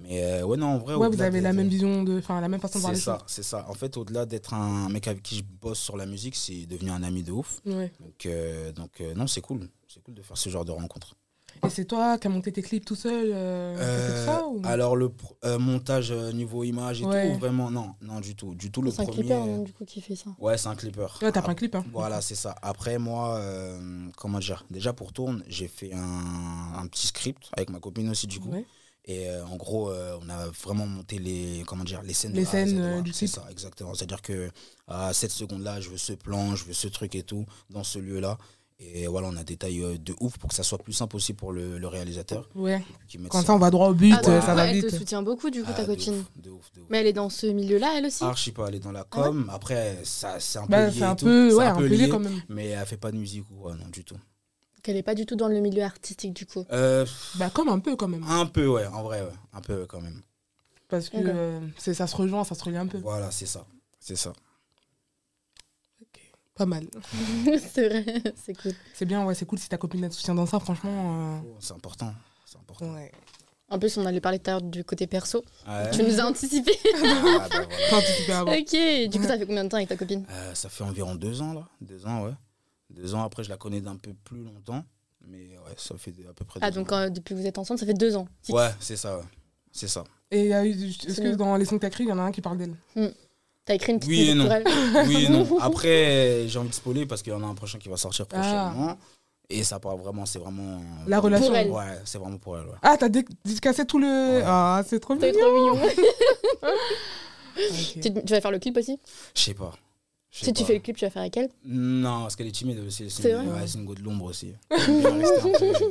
S3: Mais euh, ouais, non, en vrai.
S1: Ouais, vous
S3: au-delà
S1: avez
S3: de-
S1: la
S3: de-
S1: même vision, de... enfin, la même façon de voir
S3: C'est
S1: les
S3: ça, c'est ça. En fait, au-delà d'être un mec avec qui je bosse sur la musique, c'est devenu un ami de ouf.
S1: choses. Ouais.
S3: Donc, euh, donc euh, non, c'est cool. C'est cool de faire ce genre de rencontre.
S1: Et c'est toi qui as monté tes clips tout seul euh, t'as fait tout ça ou...
S3: alors, le pr- euh, montage euh, niveau image et
S1: Ouais.
S3: tout, vraiment, non, non, du tout. Du tout, le
S2: C'est un
S3: premier.
S2: clipper
S3: euh,
S2: donc, du coup qui fait ça.
S3: Ouais, c'est un clipper.
S1: Ouais, t'as pris un clip. Hein.
S3: Voilà, c'est ça. Après, moi, euh, comment dire Déjà, pour Tourne, j'ai fait un, un petit script avec ma copine aussi, du coup.
S1: Ouais.
S3: Et euh, en gros, euh, on a vraiment monté les, comment dire, les scènes
S1: Les
S3: de A à Z,
S1: scènes,
S3: voilà,
S1: euh, du
S3: C'est
S1: clip.
S3: ça, exactement. C'est-à-dire que à cette seconde-là, je veux ce plan, je veux ce truc et tout, dans ce lieu-là. Et voilà, on a détaillé euh, de ouf pour que ça soit plus simple aussi pour le, le réalisateur.
S1: Ouais.
S3: Qui mette
S1: Comme ça, on va droit au but,
S2: Ah, donc,
S1: euh, ça
S2: ouais,
S1: va
S2: elle
S1: vite.
S2: te soutient beaucoup du coup,
S3: Ah,
S2: ta
S3: de
S2: copine.
S3: ouf, de ouf, de ouf.
S2: Mais elle est dans ce milieu-là, elle aussi.
S3: Archi pas, elle est dans la
S2: Ah ouais
S3: com. Après, ça, c'est un peu
S1: Bah,
S3: lié
S1: c'est un
S3: et tout.
S1: peu,
S3: C'est
S1: ouais, un peu lié
S3: lié,
S1: quand même.
S3: Mais elle fait pas de musique ou quoi, non, du tout.
S2: Qu'elle n'est pas du tout dans le milieu artistique du coup.
S3: Euh,
S1: Bah, comme un peu quand même.
S3: Un peu, ouais, en vrai, ouais. un peu ouais, quand même.
S1: Parce que
S2: Ok.
S1: euh, c'est ça se rejoint, ça se relie un peu.
S3: Voilà, c'est ça. C'est ça.
S1: Pas mal.
S2: c'est vrai, c'est cool.
S1: C'est bien, ouais, c'est cool si ta copine elle te soutient dans ça, franchement.
S3: C'est important. C'est
S1: euh,
S3: important.
S1: Ouais.
S2: En plus, on allait parler tout à l'heure du côté perso.
S3: Ouais.
S2: Tu nous as anticipé.
S3: Ah, bah, voilà.
S1: Enfin, tu peux avoir-
S2: ok. Du coup, ça fait combien de temps avec ta copine
S3: Euh, ça fait environ deux ans, là. Deux ans, ouais. Deux ans après, je la connais d'un peu plus longtemps. Mais ouais, ça fait à peu près
S2: Ah,
S3: deux
S2: donc
S3: ans.
S2: euh, depuis que vous êtes ensemble, ça fait deux ans.
S3: Ouais, c'est ça, ouais. C'est ça.
S1: Et il y a eu- est-ce que
S2: bien.
S1: dans les sons que t'as écrits, il y en a un qui parle d'elle
S3: Euh,
S2: T'as écrit une petite
S3: Oui et
S2: musique
S3: non.
S2: pour elle.
S3: Oui et non. Après, euh, j'ai envie de spoiler parce qu'il y en a un prochain qui va sortir
S2: Ah.
S3: prochainement. Et ça part vraiment, c'est vraiment.
S1: La relation.
S2: Pour elle.
S3: Ouais, c'est vraiment pour elle, ouais.
S1: Ah, t'as dé- dédicacé tout le.
S3: Ouais.
S1: Ah, c'est trop
S2: T'es
S1: mignon.
S2: trop mignon.
S1: Ok.
S2: Tu, tu vas faire le clip aussi
S3: Je sais pas. Je sais
S2: Si tu
S3: pas.
S2: fais le clip, tu vas faire avec elle.
S3: Non, parce qu'elle est timide aussi.
S2: C'est
S3: C'est
S2: vrai.
S3: ouais, c'est une go de l'ombre aussi. Elle va rester un peu-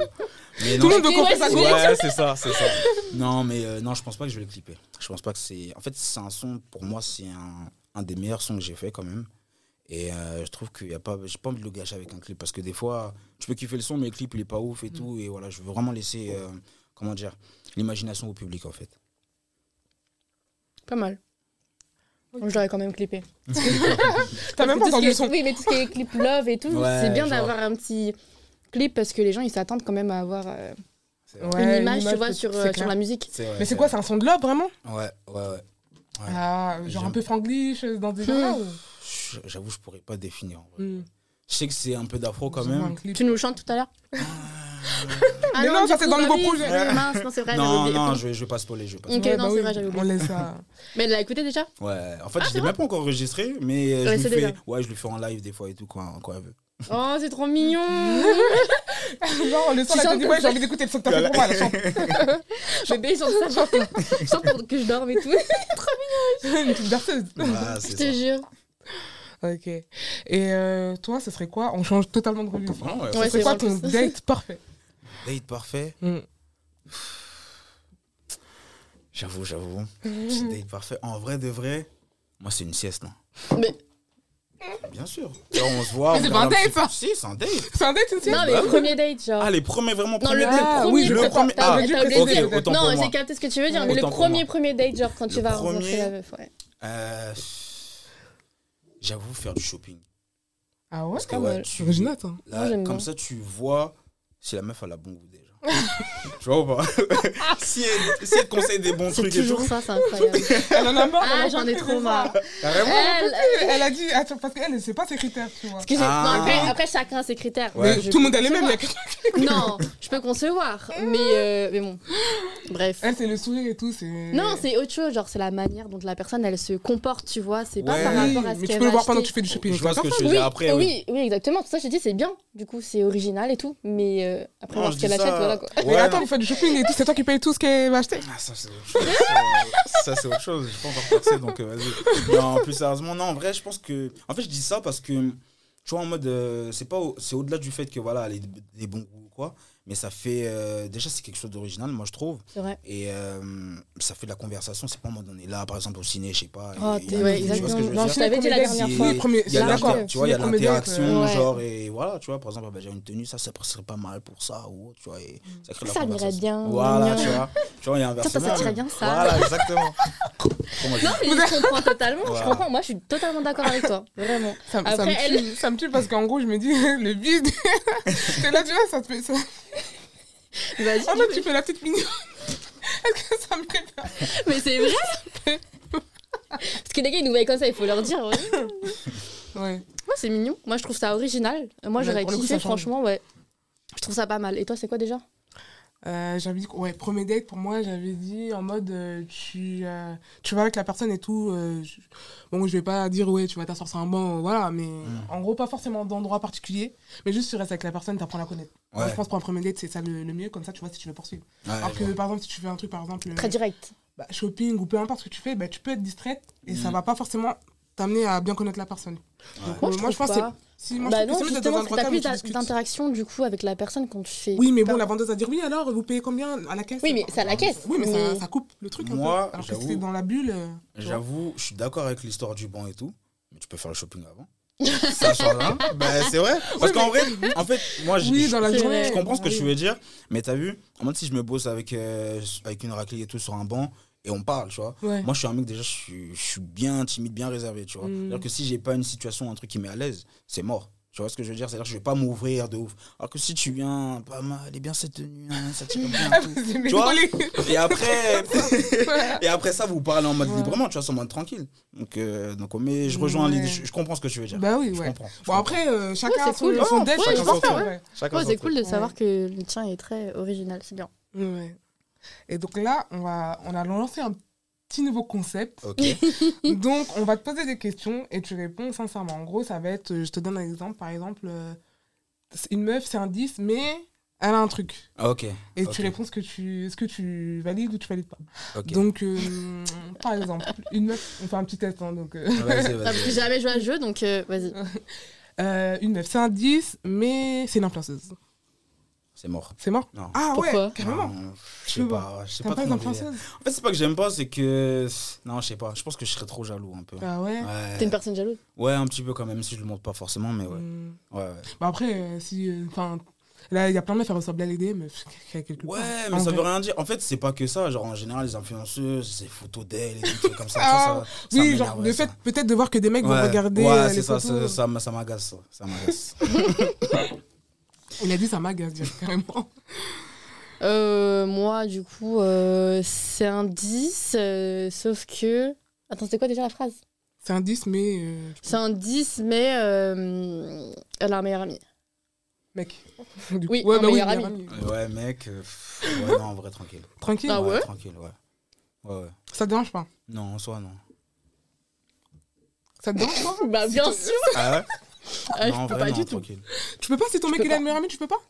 S3: mais
S1: Tout
S3: non,
S1: le monde veut qu'on
S2: Ouais,
S1: fasse ça.
S2: c'est
S3: ouais, c'est ça, c'est ça. Non, mais euh, non, je pense pas que je vais le clipper. Je pense pas que c'est. En fait, c'est un son pour moi, c'est un, un des meilleurs sons que j'ai fait quand même. Et euh, je trouve qu'il y a pas, j'ai pas envie de le gâcher avec un clip parce que des fois, tu peux kiffer le son, mais le clip il est pas ouf et tout. Et voilà, je veux vraiment laisser, euh, comment dire, l'imagination au public en fait.
S2: Pas mal.
S1: Ok.
S2: Je l'aurais quand même clippé.
S1: T'as même pas
S2: Parce que tout ce qui
S1: entendu
S2: est-
S1: le son.
S2: Oui, mais tout ce qui est clip love et tout,
S3: Ouais,
S2: c'est bien
S3: je vois.
S2: d'avoir un petit clip parce que les gens ils s'attendent quand même à avoir euh,
S3: C'est
S1: Ouais,
S2: une image,
S1: l'image,
S2: tu vois,
S1: c'est-
S2: sur,
S1: c'est
S2: euh, sur
S1: clair.
S2: la musique.
S3: C'est vrai,
S1: Mais c'est
S3: c'est
S1: quoi, c'est un son de l'homme vraiment
S3: vrai. Ouais, ouais, ouais. Ouais.
S1: Ah, genre un
S3: J'aime.
S1: peu franglish euh, dans des
S2: Hmm.
S1: genres-là, ou-
S3: Je- J'avoue, je pourrais pas définir. en vrai.
S1: Hmm.
S3: Je sais que c'est un peu d'afro quand
S1: J'ai vu un
S3: même.
S1: clip.
S2: Tu nous chantes tout à l'heure Ah
S1: Mais non,
S2: du
S1: ça, c'est
S2: coup,
S1: dans le
S2: bah
S1: nouveau
S2: oui,
S1: projet.
S2: oui, Mince, non, c'est vrai. j'avais
S3: Non,
S2: oublié.
S3: non, je vais, je vais pas spoiler. Je vais pas
S2: Ok, non, c'est vrai, j'avais
S1: bah On
S2: oublié.
S1: laisse ça.
S2: Mais elle l'a écouté déjà
S3: Ouais, en fait,
S2: Ah,
S3: je
S2: c'est
S3: l'ai
S2: vrai
S3: même pas encore enregistré, mais euh,
S2: Ouais,
S3: je,
S2: c'est
S3: lui fais,
S2: déjà.
S3: ouais, je lui fais en live des fois et tout quand, quand elle veut.
S2: Oh, c'est trop mignon
S1: Genre, le son,
S2: Tu
S1: là, t'as
S2: chantes
S1: dit,
S2: comme
S1: ouais, j'ai
S2: ça.
S1: envie d'écouter le son que t'as fait pour moi, là, chante.
S2: Bébé, ils sont ça, genre, genre pour que je dorme et tout.
S1: Une petite berceuse.
S3: Ouais,
S2: Je
S3: c'est
S2: te
S3: ça.
S2: jure.
S1: Ok. Et euh, toi, ce serait quoi On change totalement de religion.
S3: Non, ouais,
S2: Ouais,
S3: ça
S1: C'est
S2: c'est
S1: quoi
S2: vrai,
S1: ton
S2: c'est ça.
S1: date parfait
S3: fait date parfait.
S1: Hmm.
S3: J'avoue, j'avoue.
S2: Mhm.
S3: Petit date parfait. En vrai de vrai, moi, c'est une sieste. hein.
S2: Mais-
S3: Bien sûr. Genre, on se voit.
S1: Mais
S3: on
S1: c'est pas un
S3: regarde
S1: date,
S3: petit-
S2: hein.
S1: ça.
S3: Si, c'est un date.
S1: C'est un date, une
S2: Non,
S1: sieste
S2: mais premier date, genre.
S3: Ah, les premiers, vraiment
S2: Non,
S3: premiers.
S2: le, le
S1: Ah,
S2: premier,
S1: oui,
S2: je
S1: je
S2: comprends,
S1: comprends.
S2: t'as
S1: Ah,
S2: oublié,
S1: je
S2: t'as
S1: comprends.
S2: oublié.
S1: Ok,
S3: autant
S2: non,
S3: pour moi.
S2: j'ai capté ce que tu veux dire,
S3: Ouais.
S2: mais
S3: Autant
S2: le
S3: pour
S2: premier,
S3: moi.
S2: premier date, genre quand tu
S3: Le
S2: vas
S3: premier-
S2: rencontrer la meuf, ouais.
S3: Euh, J'avoue, faire du shopping.
S1: Ah ouais
S3: Parce que,
S2: pas
S3: ouais,
S2: mal.
S3: tu-
S1: Je note. hein.
S3: Là,
S2: Moi, j'aime
S3: comme
S2: bien.
S3: ça, tu vois si la meuf elle a bon goût déjà. tu vois ou pas si, elle, si elle te conseille des bons
S2: Ah. C'est
S3: trucs et
S2: toujours
S3: tout.
S2: ça, c'est incroyable.
S1: Elle en a marre. elle en
S2: Ah,
S1: a
S2: j'en
S1: pas
S2: ai
S1: fait
S2: trop
S1: des
S2: marre.
S1: fois.
S3: Carrément.
S2: Elle,
S1: Elle a dit, attends, parce qu'elle, elle sait pas ses critères, tu vois.
S2: Parce que j'ai-
S3: Ah.
S2: non, après, après, chacun a ses critères.
S3: Ouais.
S2: Mais je
S1: Tout le monde
S2: peux
S1: a les mêmes. il y a
S2: concevoir.
S1: que-
S2: Non, je peux concevoir. Mais, euh, mais bon. Bref.
S1: Elle, c'est le sourire et tout. c'est...
S2: Non, c'est autre chose. Genre, c'est la manière dont la personne, elle se comporte, tu vois. C'est pas
S3: Ouais.
S2: par
S1: Oui,
S2: rapport à ce
S1: mais
S2: qu'elle
S1: tu peux le
S2: va
S1: voir pendant que tu
S2: acheter.
S1: fais du shopping.
S3: Je vois ce que tu veux
S2: Oui,
S3: dire après. oui.
S2: oui, oui, exactement. C'est pour ça que je dis c'est bien. Du coup, c'est original et tout. Mais euh, après,
S3: Non,
S2: voir
S3: je
S2: ce qu'elle
S3: dis ça,
S2: achète, voilà quoi.
S1: Mais
S3: ouais,
S1: attends,
S3: non.
S1: vous faites du shopping et tout, c'est toi qui paye tout ce qu'elle va acheter
S3: Ah, ça c'est autre chose. Ça, ça, c'est autre chose. Je suis pas encore forcé donc euh, vas-y. Non, plus sérieusement, non, en vrai, je pense que. En fait, je dis ça parce que. Tu vois, en mode. euh, c'est pas au- c'est au-delà du fait que voilà, elle ait des bons goûts ou quoi. Mais ça fait. euh, déjà, c'est quelque chose d'original, moi je trouve.
S2: C'est vrai.
S3: Et euh, ça fait de la conversation. C'est pas en mode on est là, par exemple, au ciné, je sais pas. et-
S2: Oh,
S3: et-
S2: t'es-
S3: tu vois
S2: ouais,
S3: ce que je veux
S2: exactement.
S3: dire
S2: Non, je t'avais dit la
S1: C'est-
S2: dernière
S3: Si-
S2: fois.
S1: les premiers-
S3: Il y a
S2: Là,
S3: l'inter-
S2: d'accord.
S3: tu vois, il y a
S1: Le premier date,
S3: l'interaction,
S2: ouais.
S3: genre, et voilà, tu vois, par exemple, ah bah, j'ai une tenue, ça, ça serait pas mal pour ça, ou autre, tu vois, et ça crée la
S2: Mm. Ça m'irait
S3: conversation.
S2: bien.
S3: Voilà,
S2: mignon.
S3: tu vois, tu vois, il y a
S2: Ça, ça
S3: inversement.
S2: sortirait bien ça.
S3: Voilà, exactement. Comment je
S2: Non,
S3: dis
S2: mais je comprends totalement.
S3: Voilà.
S2: Je comprends. Moi, je suis totalement d'accord avec toi. Vraiment.
S1: Ça, ça
S2: Après,
S1: me tue, ça me tue parce qu'en gros, je me dis, le vide. T'es là, tu vois, ça te fait ça.
S2: Vas-y.
S1: En fait, tu fais la petite mignon. Est-ce que ça me fait pas
S2: Mais c'est vrai. Parce que les gars, ils nous voient comme ça, il faut leur dire. ouais.
S1: Ouais.
S2: Moi, c'est mignon. Moi, je trouve ça original. Euh, Moi,
S1: Ouais,
S2: j'aurais
S1: pour le coup,
S2: kiffé,
S1: ça change.
S2: franchement, ouais. Je trouve ça pas mal. Et toi, c'est quoi déjà
S1: Euh, j'avais dit, ouais, premier date pour moi, j'avais dit en mode, euh, tu, euh, tu vas avec la personne et tout. euh, je- bon, je vais pas dire, ouais, tu vas t'asseoir sur un banc, voilà, mais
S3: Hmm.
S1: en gros, pas forcément d'endroit particulier, mais juste tu restes avec la personne, t'apprends à la connaître.
S3: Ouais,
S1: Moi, je pense pour un premier date, c'est ça le, le mieux, comme ça, tu vois si tu veux poursuivre.
S3: ouais,
S1: Alors
S3: je
S1: que,
S3: vois.
S1: par exemple, si tu fais un truc, par exemple,
S2: Très
S1: euh,
S2: direct.
S1: bah, shopping ou peu importe ce que tu fais, bah, tu peux être distraite et ça
S3: Mm.
S1: va pas forcément t'amener à bien connaître la personne. Donc,
S2: Moi,
S1: euh,
S2: je
S1: moi, je
S2: trouve
S1: pense que
S2: pas.
S1: c'est- si, moi, je
S2: bah
S1: trouve que
S2: non,
S1: c'est mieux d'être
S2: justement,
S1: dans un
S2: parce que
S1: endroit
S2: t'as
S1: calme où
S2: plus
S1: tu
S2: d'a-
S1: discutes.
S2: d'interaction du coup avec la personne quand tu fais.
S1: Oui, mais bon,
S2: Pas-
S1: la vendeuse a dit oui, alors vous payez combien à la caisse
S2: Oui, mais c'est à la caisse.
S1: Oui, mais,
S2: Mais-
S1: Ça, ça coupe le truc un
S3: Moi,
S1: peu. Alors que
S3: j'avoue-
S1: c'était dans la bulle. euh, tu vois.
S3: J'avoue, je suis d'accord avec l'histoire du banc et tout, mais tu peux faire le shopping avant. ça change rien. Bah, c'est vrai. Parce qu'en vrai, en fait, moi, j'ai-
S1: Oui,
S3: je-
S1: dans la
S2: C'est
S1: journée.
S2: vrai.
S3: Je comprends ce que
S1: bah Oui.
S3: tu veux dire, mais t'as vu, moi si je me bosse avec, euh, avec une raclée et tout sur un banc et on parle, tu vois.
S1: Ouais.
S3: Moi je suis un mec déjà, je suis, je suis bien timide, bien réservé, tu vois.
S1: Mm.
S3: C'est-à-dire que si j'ai pas une situation, un truc qui m'est à l'aise, c'est mort. Tu vois ce que je veux dire C'est-à-dire que je vais pas m'ouvrir de ouf. Alors que si tu viens, pas mal, elle est bien cette tenue, hein, ça tire bien.
S1: Ah,
S3: tout.
S1: mais c'est- mais
S3: Tu vois
S1: drôle.
S3: Et après, et après ça, vous parlez en mode librement, tu vois, en mode tranquille. Donc, euh, donc oh, mais je rejoins
S1: Ouais.
S3: l'idée, je, je comprends ce que tu veux dire.
S1: Bah oui,
S3: Je
S1: ouais.
S3: comprends. je
S1: Bon,
S3: comprends.
S1: après, euh, chacun
S2: c'est
S1: a son,
S2: cool.
S1: son
S3: Oh,
S1: date.
S3: ouais,
S1: chacun
S3: je
S1: son
S3: pense
S1: truc,
S3: que
S1: ouais.
S3: Chacun
S2: Ouais,
S3: son
S2: c'est
S3: truc.
S2: cool de savoir que le tien est très original, c'est bien.
S1: Ouais. Et donc là, on, va, on a lancé un petit nouveau concept.
S3: Ok.
S1: Donc, on va te poser des questions et tu réponds sincèrement. En gros, ça va être, euh, je te donne un exemple, par exemple, euh, c'est une meuf, c'est un 10, mais elle a un truc.
S3: Ah, Ok.
S1: Et
S3: Ok.
S1: tu réponds ce que tu, ce que tu valides ou tu valides pas.
S3: Ok.
S1: Donc, euh, par exemple, une meuf, on fait un petit test, hein, donc, euh,
S3: Vas-y,
S2: Ah, parce que
S3: vas-y.
S2: j'ai jamais joué à ce jeu, donc euh, vas-y.
S1: euh, une meuf, c'est un 10, mais c'est une influenceuse.
S3: C'est mort.
S1: C'est mort
S3: Non.
S1: Ah
S2: Pourquoi
S1: ouais, carrément.
S3: Non, Ah,
S1: Tu
S3: Je sais
S1: veux
S3: pas, je sais
S1: T'aimes
S3: pas
S1: pas les
S3: trop. mon délire.
S1: influenceuses
S3: En fait, c'est pas que j'aime pas, c'est que. Non, je sais pas. Je pense que je serais trop jaloux un peu.
S1: Ah ouais,
S2: T'es
S3: Ouais.
S2: une personne jalouse.
S3: Ouais, un petit peu quand même, si je le montre pas forcément, mais ouais.
S1: Hum.
S3: Ouais, ouais.
S1: Bah après, euh, si. Enfin, là, il y a plein de meufs, elles reçoivent bien les DM. E mais pff, qu'il y a quelque part.
S3: Ouais,
S1: En
S3: mais ça
S1: vrai.
S3: veut rien dire. En fait, c'est pas que ça. Genre, en général, les influenceuses, c'est photos d'elles et des trucs comme ça.
S1: Ah,
S3: ça, ça
S1: Oui,
S3: m'énerve,
S1: genre, le
S3: ouais, ça.
S1: fait peut-être de voir que des mecs vont
S3: Ouais,
S1: regarder
S3: ouais,
S1: euh,
S3: c'est
S1: les
S3: ça, ça,
S1: photos.
S3: ça, me- ça m'agace. ça. Ça m'agace.
S1: Il a dit ça m'agace, direct, carrément.
S2: Euh, moi, du coup, euh, c'est un 10, euh, sauf que Attends, c'est quoi déjà la phrase
S1: C'est un 10, mais. euh,
S2: C'est un 10, mais euh, elle a un meilleur ami.
S1: mec. Du
S2: Oui,
S1: coup- ouais,
S2: un
S1: bah oui,
S2: meilleur
S1: meilleur
S2: ami.
S1: ami.
S3: Ouais, mec. euh, pff, ouais, non, en vrai, tranquille.
S1: Tranquille,
S2: Ah ouais
S3: Tranquille, ouais. Ouais, ouais.
S1: ça te dérange pas.
S3: Non, en soi, non.
S1: Ça te dérange pas
S2: Bah, bien sûr
S3: Ah ouais
S2: Ah,
S3: Non, en
S2: Je peux
S3: vrai,
S2: pas
S3: non,
S2: du tout.
S3: tranquille.
S1: Tu peux pas si ton mec
S2: peux
S1: il a
S2: pas.
S1: le meilleur ami, tu peux pas